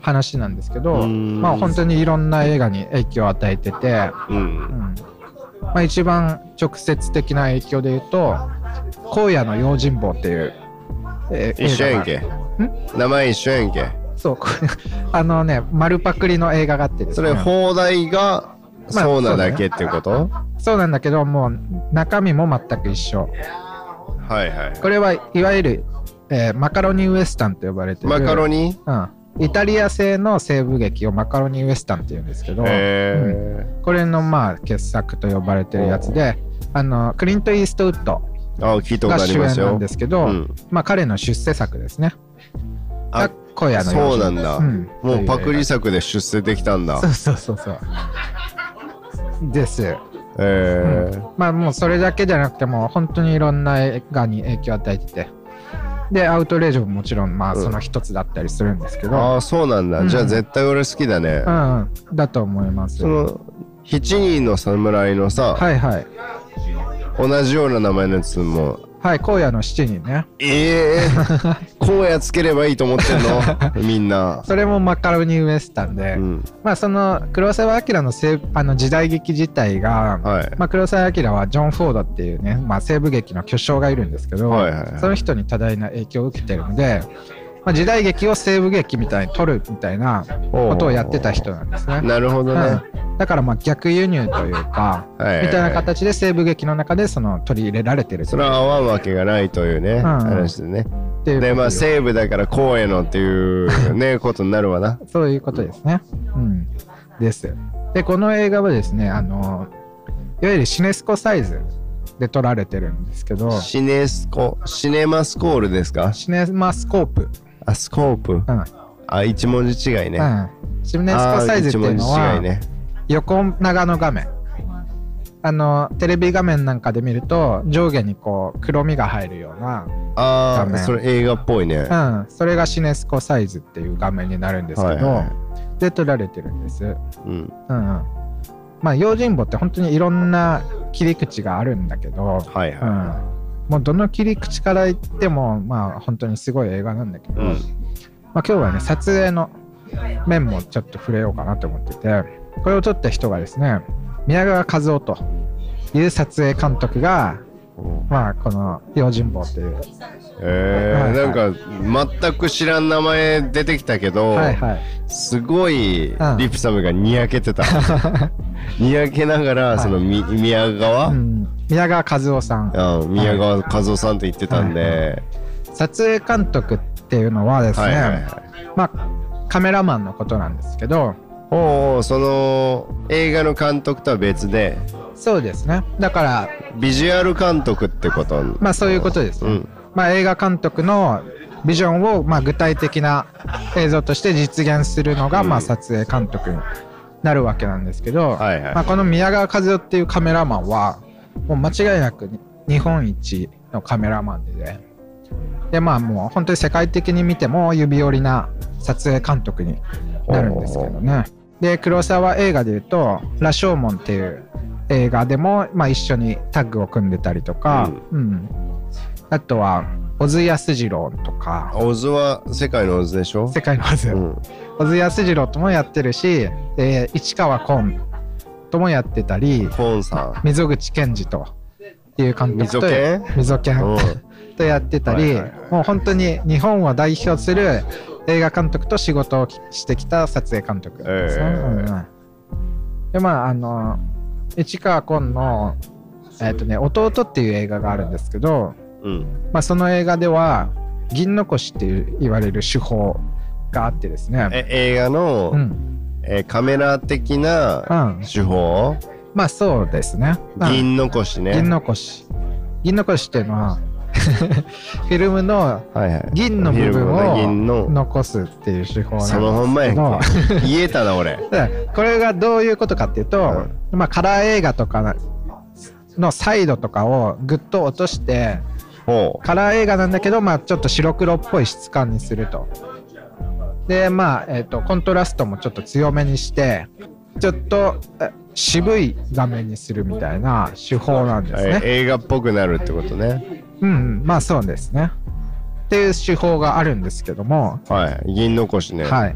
話なんですけど、うんまあ、本当にいろんな映画に影響を与えてて。ううんうんまあ、一番直接的な影響で言うと「荒野の用心棒」っていう、えー一緒やん映け画が名前一緒やんけそうこれあのね丸パクリの映画があってですそねれ放題がまあそうなだけっていうこと、そうなんだけどもう中身も全く一緒はいはいこれはいわゆる、えーマカロニウエスタンと呼ばれてるマカロニうん、イタリア製の西部劇をマカロニウエスタンっていうんですけど、えこれのまあ傑作と呼ばれてるやつであのクリント・イーストウッドー、あ聞いたこがとあり主演ますなよんですけど、うんまあ、彼の出世作ですね。あが小屋のそう用な心んだ、うんもうパクリ作で出世できたんだそうそうそうそう。です。えーまあもうそれだけじゃなくてもう本当にいろんな映画に影響を与えてて。で、アウトレイジももちろんまあうんその一つだったりするんですけあど、あそうなんだ、うんじゃあ絶対俺好きだね、うん、うん、だと思いますそ。の7人の侍のさ、はいはい。同じような名前のやつもはい、荒野の七人ね。ええー、 こうやつければいいと思ってんのみんな、それもマカロニウエスタンで、うん、まあその黒澤明のせいあの時代劇自体が、はい、まあ、黒澤明はジョン・フォードっていうね、まあ、西部劇の巨匠がいるんですけど、はいはいはいその人に多大な影響を受けてるので、まあ、時代劇を西部劇みたいに撮るみたいなことをやってた人なんですね。なるほどね、うんだからまあ逆輸入というか、はいみたいな形で西部劇の中でその取り入れられてるそれは合わんわけがないというね、話でねっていうことでまあです西部だからこうやのっていうねことになるわなそういうことですね。うん、です。で、この映画はですね、あの、いわゆるシネスコサイズで撮られてるんですけど、シネスコ、シネマスコールですかシネマスコープ。あ、スコープ。うん。あ、一文字違いね。あうん、シネスコーサイズっていうの一文字違いはね。横長の画面あのテレビ画面なんかで見ると上下にこう黒みが入るようあ画あ、面それ映画っぽいね。な、うん、それがシネスコサイズっていう画面になるんですけど、はいはいはで撮られてるんです、うんうん。うん、まあ用心棒って本当にいろんな切り口があるんだけど、はいうんは、もうどの切り口から言ってもまあ本当にすごい映画なんだけい。ど、うん。まあ、今日はね撮影の面もちょっと触れようかなと思っててこれを撮った人がですね宮川和夫という撮影監督が、まあ、この「用心棒」っていうはえいー、なんか全く知らん名前出てきたけど、はいはいすごいリうんプサムがにやけ てたにやけながらそのみ宮川、うん、宮川和夫さんあ宮川和夫さんって言ってたんで、撮影監督っていうのはですね、はいはいはいまあ、カメラマンのことなんですけどおうおうその映画の監督とは別でそうですねだから、ビジュアル監督ってことまあ、そういうことです、うんまあ、映画監督のビジョンを、まあ、具体的な映像として実現するのが、うんまあ、撮影監督になるわけなんですけど、はいはいまあ、この宮川和夫っていうカメラマンはもう間違いなく日本一のカメラマンでねでまあもう本当に世界的に見ても指折りな撮影監督になるんですけどねで黒沢映画でいうと「羅生門」っていう映画でも、まあ、一緒にタッグを組んでたりとか、うんあとは小津安二郎とかオズは世界のオズでしょ世界のはず、うん小津安二郎ともやってるし、えー市川崑ともやってたりコーンさ溝口健二という監督と溝健溝ん、うん健とやってたり、はいはいはいもう本当に日本を代表する映画監督と仕事をしてきた撮影監督なんですね。ええうんうんでまああの市川崑の「えーとね、弟」っていう映画があるんですけど、うん、まあ、その映画では銀残しっていう言われる手法があってですね。え映画の、うんえーカメラ的う、なん手法、まあそうですね。まあ銀残しね銀残し銀残しっていうのは フィルムのはいはい、銀の部フィルムの銀分をの 残すっていう手法なんですそけのどほんまやんけ言えたな俺で これがどういうことかっていうと、まあ、カラー映画とかのサイドとかをぐっと落としてほカラー映画なんだけど、まあ、ちょっと白黒っぽい質感にすると。でまあ、えー、とコントラストもちょっと強めにしてちょっとえ渋い画面にするみたいな手法なんう、ですえねー。映画っぽくなるってことねうんうん、まあそうですね。っていう手法があるんですけども、はい銀残しね、はい。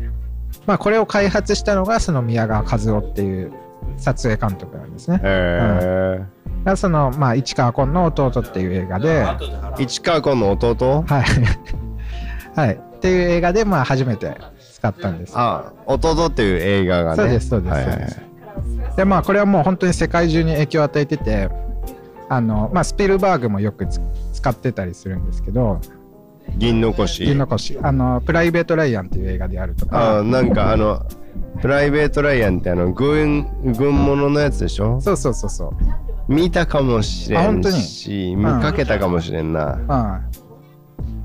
まあこれを開発したのがその宮川和夫っていう撮影監督なんですね。えがそのまあ市川崑の弟っていう映画で、はー、市川崑の弟いはい っていう映画でまあ初めて使ったんです。あ弟っていう映画がねそうですそうですはいはそいうですでまあこれはもう本当に世界中に影響を与えててあの、まあ、スピルバーグもよくつ使ってたりするんですけど銀「残し銀の腰」あの「プライベート・ライアン」っていう映画であるとかあなんかあのプライベート・ライアンってあの軍軍物のやつでしょそうそうそうそう見たかもしれあん本当にし見んかけたかもしれんな、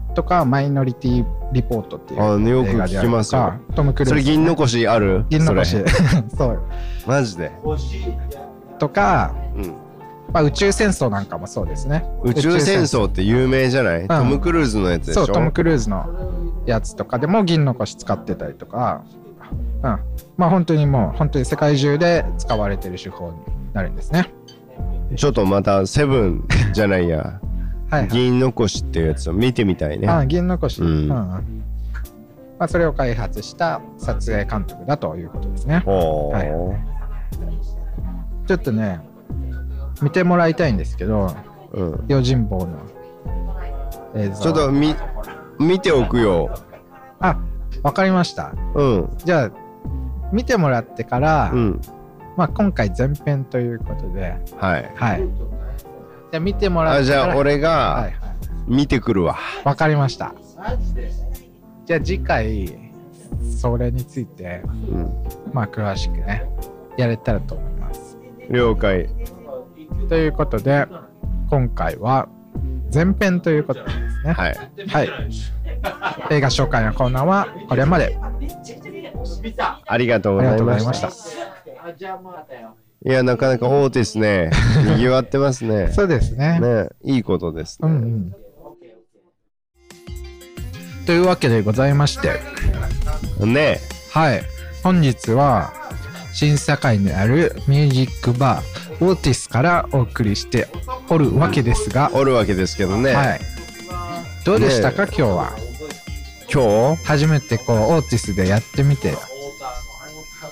うん、とか、マイノリティリポートっていうあよく映画であるとか聞きますよトム・クルーズ。それ銀残しある銀の腰それ そう。マジで、とか、うん、まあ、宇宙戦争なんかもそうですね。宇宙戦争って有名じゃない、トム・クルーズのやつでしそょう、トム・クルーズのやつとかでも銀の腰使ってたりとか、うん。まあ本当にもう、本当に世界中で使われてる手法になるんですね。ちょっとまたセブンじゃないや はい、はい。銀残しっていうやつを見てみたいねあ銀の腰。うんまあ、それを開発した撮影監督だということですね。ほう、はいちょっとね、見てもらいたいんですけど、うん、用心棒の映像。ちょっとみ見ておくよあ、わかりました。うんじゃあ、見てもらってから、うんまあ今回前編ということで、はいはい。じゃあ見てもらっあてじから。ゃあ俺はいはいが見てくるわ、わかりました。じゃあ次回、それについて、うんまあ、詳しくね、やれたらと思います。了解ということで、今回は前編ということですね。はいはい。映画紹介のコーナーはこれまで。ありがとうごありがとざいましたうございましたいやなかなか多いですね 賑わってますねそうですね。ねいいことですね、うんうん。というわけでございまして、ねはい。本日は新堺にあるミュージックバーオーティスからお送りしておるわけですが、おるわけですけどね、はい。どうでしたか、今日は。今初めてこうオーティスでやってみて。日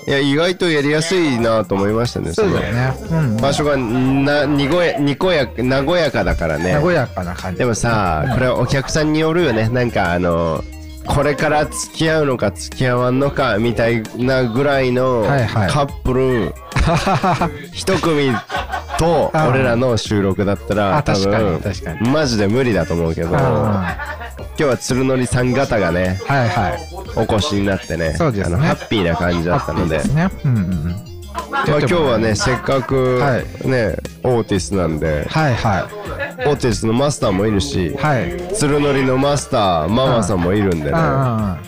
いや意外とやりやすいなと思いましたねそうのだよね。うん、うん。場所がなにごやにこや和やかだからね和やかな感じ。で もさこれはお客さんによるよねなんかあのこれから付き合うのか付き合わんのかみたいなぐらいのはいはいカップル一組とあー俺らの収録だったあら多確かに分確かマジで無理だと思うけどうん今日は鶴則さん方がねはいはい。お越しになってねそうですねあのハッピーな感じだったのでハッピーですね。うんうんうん。まあ今日はねせっかくはいねオーティスなんではいはオーティスのマスターもいるしい。はい。うんうん鶴則のマスターママさんもいるんでね、ま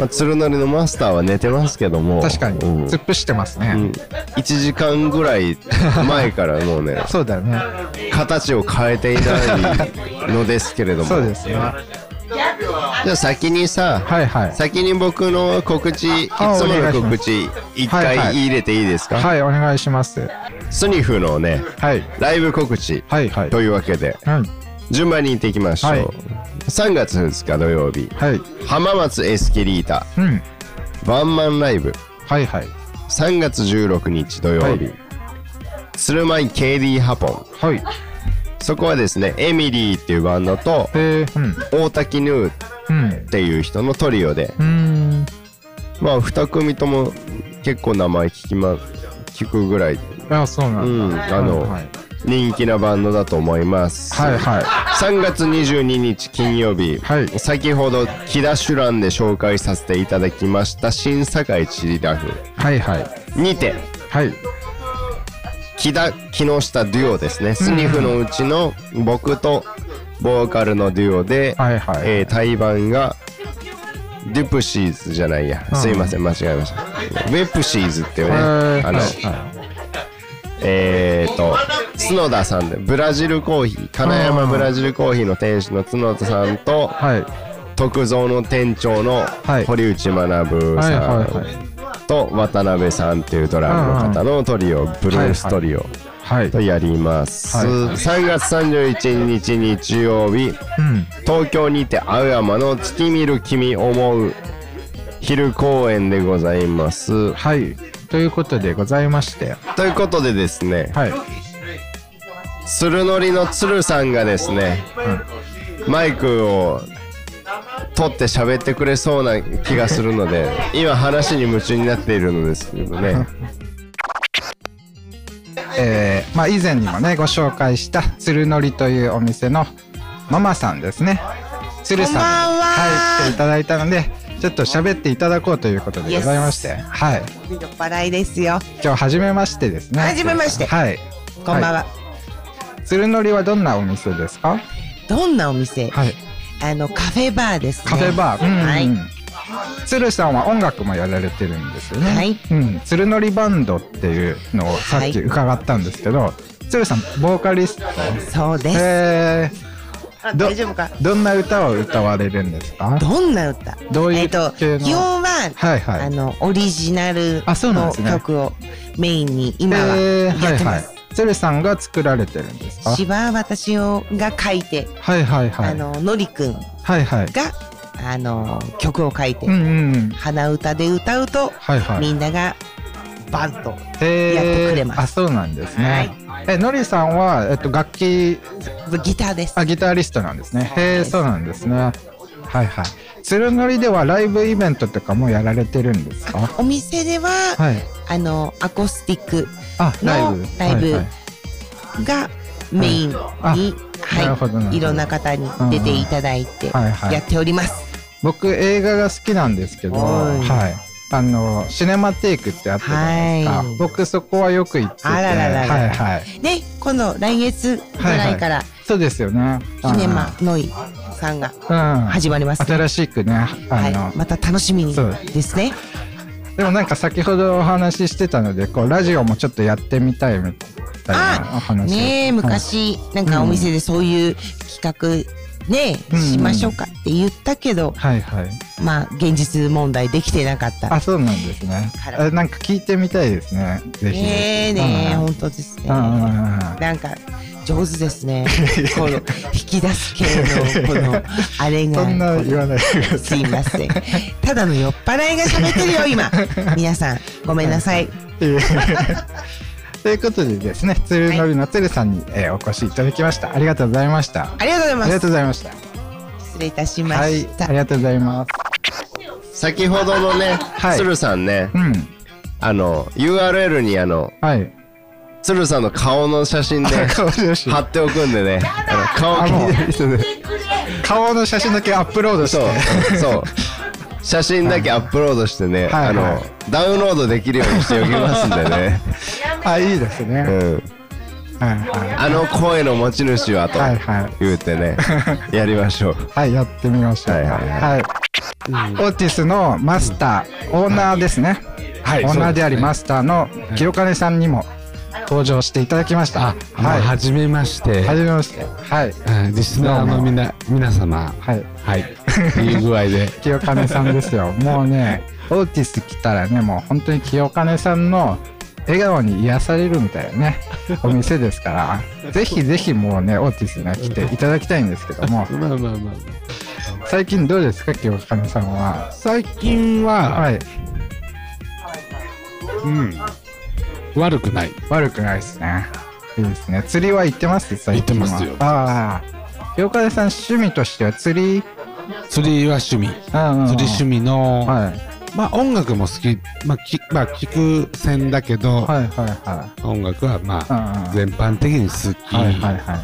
あ、鶴則のマスターは寝てますけども確かに、うん突っ伏してますね。うん1時間ぐらい前からも うねそうだよね。形を変えていないのですけれどもそうですね。じゃあ先にさ、はいはい。先に僕の告知いつあもお願いのします告知一はいは回い入れていいですか、はい、お願いします。スニフのねはい。ライブ告知はいはい。というわけではい。順番に行っていきましょう、はい3月2日土曜日はい。浜松エスケリータうん。ワンマンライブはいはい。 3月16日土曜日、は鶴舞 KD ハポンはい。そこはですねエミリーっていうバンドとえー、うん。大滝ヌーっうん。ていう人のトリオでうーん。まあ2組とも結構名前聞きま聞くぐらい、あ、そうなうんだ。ん、あの、はい人気なバンドだと思います、はいはい。 3月22日金曜日、はい先ほど木田酒蘭で紹介させていただきました新堺チリラフはいはい。にてはい。木田木下デュオですねスニフのうちの僕とボーカルのデュオで、はいはいえー対バンがデュプシーズじゃないや、うんすいません間違えましたウェプシーズっていうえね、ーあの、はいはいえー、と角田さんでブラジルコーヒー金山ブラジルコーヒーの店主の角田さんとはい。徳蔵の店長のはい堀内学はいさはいはいん。と渡辺さんっていうドラムの方のトリオブルーストリオはい。とやります、はい3月31日日曜日うん。東京にて青山の月見る君思う昼公演でございますはい。ということでございまして。ということでですねはい。鶴のりの鶴さんがですね、マイクを取って喋ってくれそうな気がするの で今話に夢中になっているのですけどねえーまあ、以前にもねご紹介した鶴のりというお店のママさんですね鶴さんにはい来ていただいたのでちょっと喋っていただこうということでございまして、はい酔っ払いですよ。今日初めましてですね初めましてはいこんばんは。い鶴のりはどんなお店ですかどんなお店？はいあのカフェバーですね。カフェバー、うんはい。鶴さんは音楽もやられてるんですよね、はいうん、鶴のりバンドっていうのをさっはいき伺ったんですけど、鶴さんボーカリストそうです。えあー、ど大丈夫か。どんな歌を歌われるんですかどんな歌？どういうえっと系の基本は、はいはいあのオリジナルあそうなんのですね曲をメインに今はえーはやいってはまいす。鶴さんが作られてるんですか詩は私をが書いて、はいはいはあいののりくんがはいはいあの曲を書いて、うんうんうん鼻歌で歌うと、はいはいみんながバンとへーやってくれますあそうなんですねえのりさんはえっと楽器ギターです。あギタリストなんですねへえそそうなんですねはいはい鶴のりではライブイベントとかもやられてるんですかお店では、はいあのアコースティックあライブライはブいはいがメインに、あはないるほどなるほどいろんな方に出ていただいてうんはいはいやっております。僕映画が好きなんですけど、はいはい。あの、シネマテイクってあったじゃないですか。はい僕そこはよく行ってて。あららららはいはい。ね、今度来月ぐらいから、そうですよね。シネマノイさんがうん。うん。始まります、ね。新しくね、あの、はい、また楽しみにそうですね。でもなんか先ほどお話ししてたので、こう、ラジオもちょっとやってみたいみたいなお話をねえ、昔、なんかお店でそういう企画、ねうえ、んしましょうかって言ったけど、はいはいはい。まあ、現実問題できてなかった。あ、そうなんですね。からあなんか聞いてみたいですね。ぜひ。ねえねえ、うん本当ですね。うんうんうんうんなんか、上手です ね。この、引き出す系の、この、あれが。そんな言わないでくださすいません。ただの酔っ払いが喋ってるよ、今。皆さん、ごめんなさい。い。 ということでですね、つるのりのつるさんに、えーお越しいただきました。ありがとうございました。あありがとうござりいまがすと。うございました。失礼いたしまはいし、た。ありがとうございます。先ほどのね、はい鶴さんねうん、あの URL にあのはい。鶴さんの顔の写真 で顔写真貼っておくんでねあの顔あもう気になる人ね顔の写真だけアップロードしそうて。そう写真だけアップロードしてね、はいあの、はいダウンロードできるようにしておきますんで ね、あ、いいですね。うん、はいはあの声の持ち主はとはいはい言うてね、やりましょうい。はい、やってみましょう。はいはいはい。オーティスのマスター、オーナーですね。はいオーナーでありす。マスターの清金さんにも登場していただきましあた。、はい、ははじめまして。い。はじめまして。はい。うんリスナーのみな皆様、はい。はい、いい具合で。清金さんです よもうねオーティス来たらねもう本当に清金さんの笑顔に癒されるみたいな ねお店ですからぜひぜひもうねオーティスね来ていただきたいんですけどもまあまあまあまあ。最近どうですか清金さんは最近は、はいうん、悪くない。悪くないですねいいですね釣りは行ってます最近は行ってますよああ清金さん趣味としては釣り釣りは趣味。うんうんうん釣り趣味の、はいまあ音楽も好き、まあきまあ聞く線だけど、はいはいは音楽はまうんうあん全般的に好き。いはいはいはい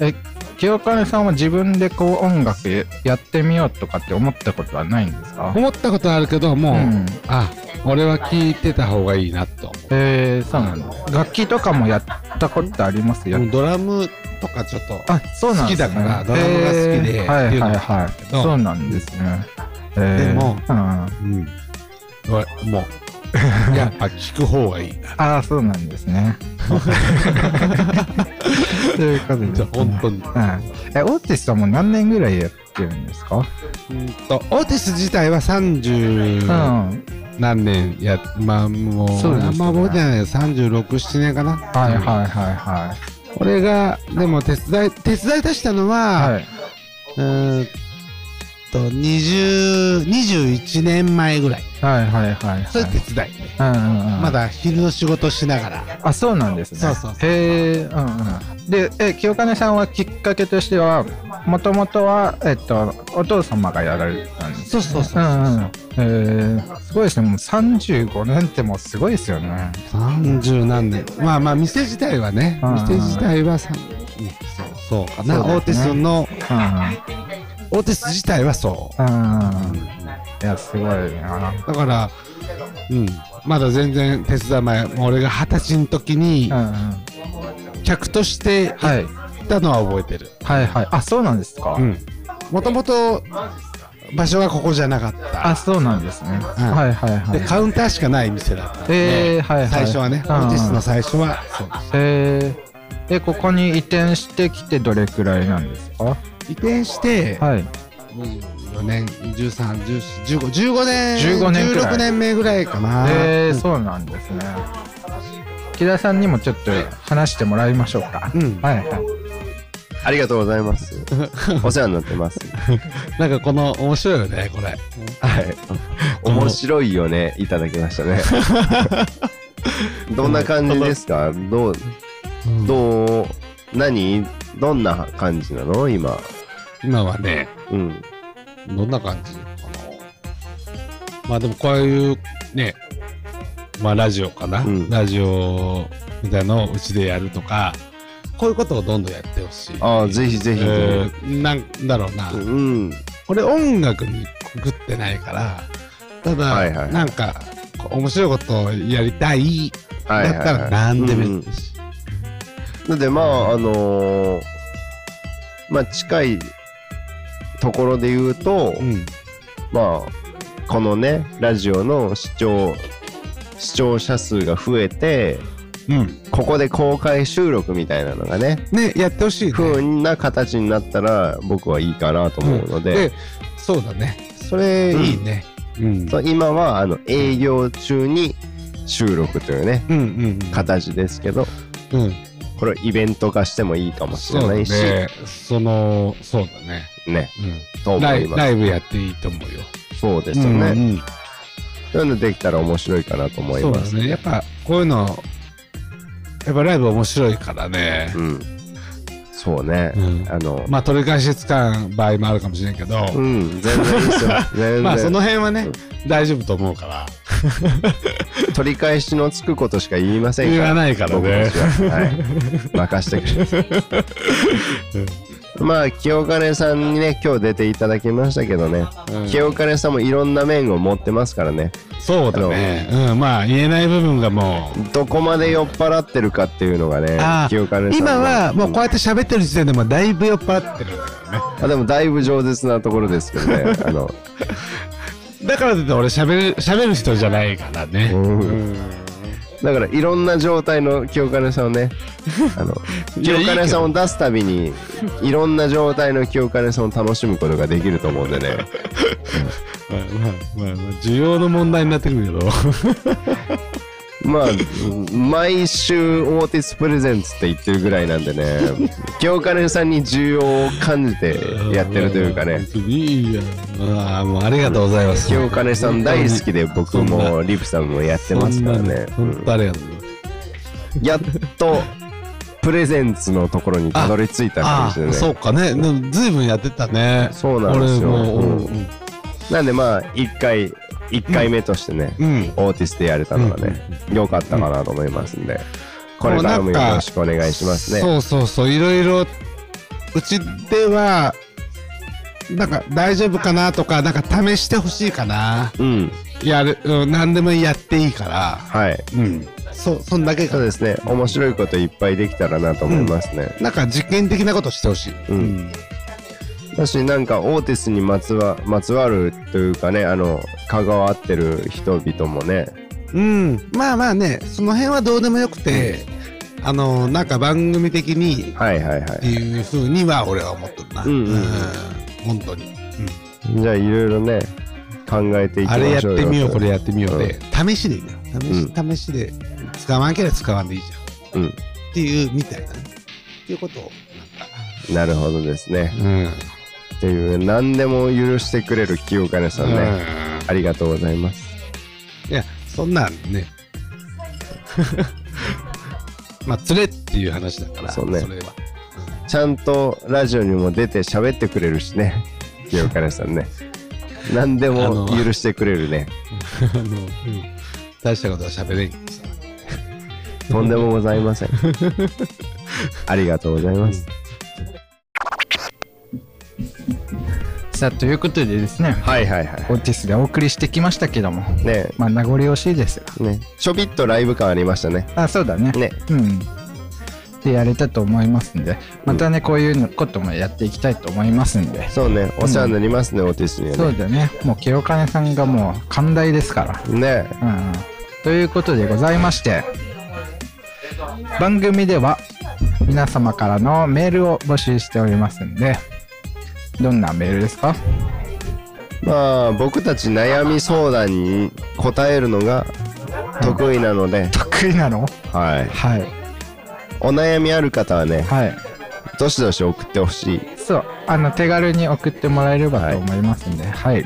え清金さんは自分でこう音楽やってみようとかって思ったことはないんですか思ったことあるけど、もう、うんあ、俺は聞いてた方がいいなと思う。えー、そうなんだ楽器とかもやったことありますよ、うんドラムとかちょっと。あそうなんです、ね、好きだからドラムが好きえでーはいっていうはのもいあはるけいどそうなんですね、えー、でもうん、あうん。わも う、やっぱ聞く方がいいな。あそうなんです ねということでじゃあ本当に。はい、えオーティスさんも何年ぐらいやってるんですか、うんと、オーティス自体は30うん何年や、まあもう、そうですねあんま覚えてないよ。36、7年かな。はいはいはいは俺が、でも手伝い、手伝い出したのいはは、いうーんと、20、21年前ぐらい。はいはいはいそれはい手伝いね。うんうんうんまだ昼の仕事しながら。あそうなんですねそうそうそへえうんうんでえ清金さんはきっかけとしてはもともとは、えっと、お父様がやられてたんですそうそううそう。んうんえー、すごいですねもう35年ってもうすごいですよね30何年。まあまあ、店自体はね、うんうん店自体はさ、ねそう、そうかな。そうでオーティすねスの、うんオーティス自体はそうんうんいやすごいなう。だから、うん。まだ全然手伝い前、もう俺が二十歳の時にうん、うん客としてはい行ったのは覚えてる。はいはいあそうなんですか、うん。もともと、場所はここじゃなかった。あそうなんですね、はいはいはいで、カウンターしかない店だったんで。えー、はいはい最初はね、オうんうんーティスの最初は、そうえー、えここに移転してきてどれくらいなんですか移転して、はい24年、13、14、15、15年、 15年くらい16年目ぐらいかな。えー、うんそうなんですね木田さんにもちょっと話してもらいましょうか、うんはいはいありがとうござい ますお世話になってますなんかこの、面白いよね、これ。はい。面白いよね、いただきましたね。 どんな感じですかどう、どう、何どんな感じなの今。今はね、うん。どんな感じかな。まあでもこういう、ね、まあラジオかな。うんラジオみたいのをうちでやるとか、こういうことをどんどんやってほしい。ああ、ぜひぜひ。えーなんだろうな。うん。俺音楽にくぐってないから、ただ、はいはいなんか、こう面白いことをやりたい、はいだっはたらいは何でもいいし。い。なんでまあ、あのーまあ近いところで言うと、うん。まあ、このね、ラジオの視聴、視聴者数が増えて、うん。ここで公開収録みたいなのがね、ね、やってほしい、ね。ふうな形になったら僕はいいかなと思うので、で、そうだね。それいいね。うん。そう今はあの営業中に収録というね、うんうん形ですけど、うん。うん。これをイベント化してもいいかもしれそうないし、だねね。その、そうだね。とうん。思ラいイまラす。イブやっていいと思うよ。そうですよね。うんうんそういうのできたら面白いかなと思いそうま。ですすね。やっぱこういうの、やっぱライブ面白いからね。うん。そうね。うんあの、まあ取り返しつかん場合もあるかもしれんけど、うん、全然いいですよ。全然。 まあその辺はねうん、大丈夫と思う から、取り返しのつくことしか言いませんから。言わないから僕たねち。は。はい。任 してくれ。まあ、清金さんにね、今日出ていただきましたけどね、うん清金さんもいろんな面を持ってますからね、そうだね。うん、まあ言えない部分がもう、どこまで酔っ払ってるかっていうのがねあ、ー清金さんの今はもうこうやって喋ってる時点でもうだいぶ酔っ払ってるんだよね。あでもだいぶ饒舌なところですけど ねあのだからといって俺喋る喋る人じゃないからね。うんうんだからいろんな状態の清金さんをねあのいや清金さんを出すたびにいろんな状態の清金さんを楽しむことができると思うんでねまあまあまあ需要の問題になってくるけど。まあ毎週オーティスプレゼンツって言ってるぐらいなんでね清金さんに需要を感じて やってるというかねいいや。ああ、もうありがとうございます。清金さん大好きで僕もリプさんもやってますからね、そんなの本当ありがとう。やっとプレゼンツのところにたどり着いた感あじであ、ねそうかね。でもずいぶんやってたね。そうなんですよ俺もううんうんなんでまあ1回1回目としてね、うんオーティスでやれたのがね、良かったかなと思いますんで、これからもよろしくお願いしますねそうそうそう、いろいろ、うちでは、なんか大丈夫かなとか、なんか試してほしいかな。うんやる、うん、何でもやっていいから。はいうん。そ、そんだけそうですね面白いこといっぱいできたらなと思いますね、なんか実験的なことしてほしい。うん私なんかオーティスにまつわまつわるというかねあの関わってる人々もねうん、まあまあね、その辺はどうでもよくて、あの、なんか番組的にっはいはいはいていうふうには俺は思ってるな。うんうんうん本当に。じゃあいろいろね考えていきまあしょうれよやってみよう、これやってみようで、試しでいいんだよ。う試し、試しで、使わんければ使わんでいいじゃん。うんっていう、みたいなね。っていうことを、なるほどですねなんか。っていう何でも許してくれる清金さうんね、んありがとうございますいや、そんなんね。 まあ、連れっていう話だから、そうねれは。ちゃんとラジオにも出て喋ってくれるしね清金さん ね何であもの許してくれるねあの、うん、大したことは喋れんけどさ。とんでもございませ んありがとうございますさあということでですねはいはいはオーティスでお送りしてきましたけどもいねまあ名残惜しいですがねちょびっとライブ感ありましたねあそうだねねうんでやれたと思いますんでまたねこういうのこともやっていきたいと思いますんでそうねお世話になりますね、オーティスにそはうだねもう清金さんがもう寛大ですからねねうんということでございまして番組では皆様からのメールを募集しておりますんでどんなメールです かまあ僕たち悩み相談に答えるのが得意なので、得意なのはいはいお悩みある方はねはいどしどし送ってほしいそうあの手軽に送ってもらえればと思いますんではい、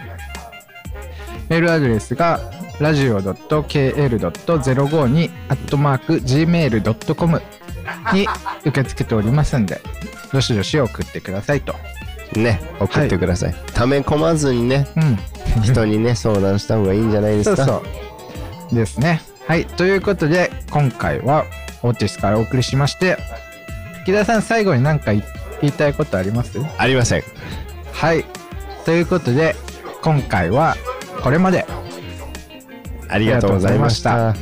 メールアドレスがラジオ .kl.052-gmail.com に受け付けておりますんでどしどし送ってくださいとね送ってください、ため込まずにねうん人にね相談した方がいいんじゃないでそすうかそう。ですね。はい。ということで、今回はオーティスからお送りしまして、木田さん、最後に何か言い言いたいことありますありませんはい。ということで今回はこれまでありがとうございました。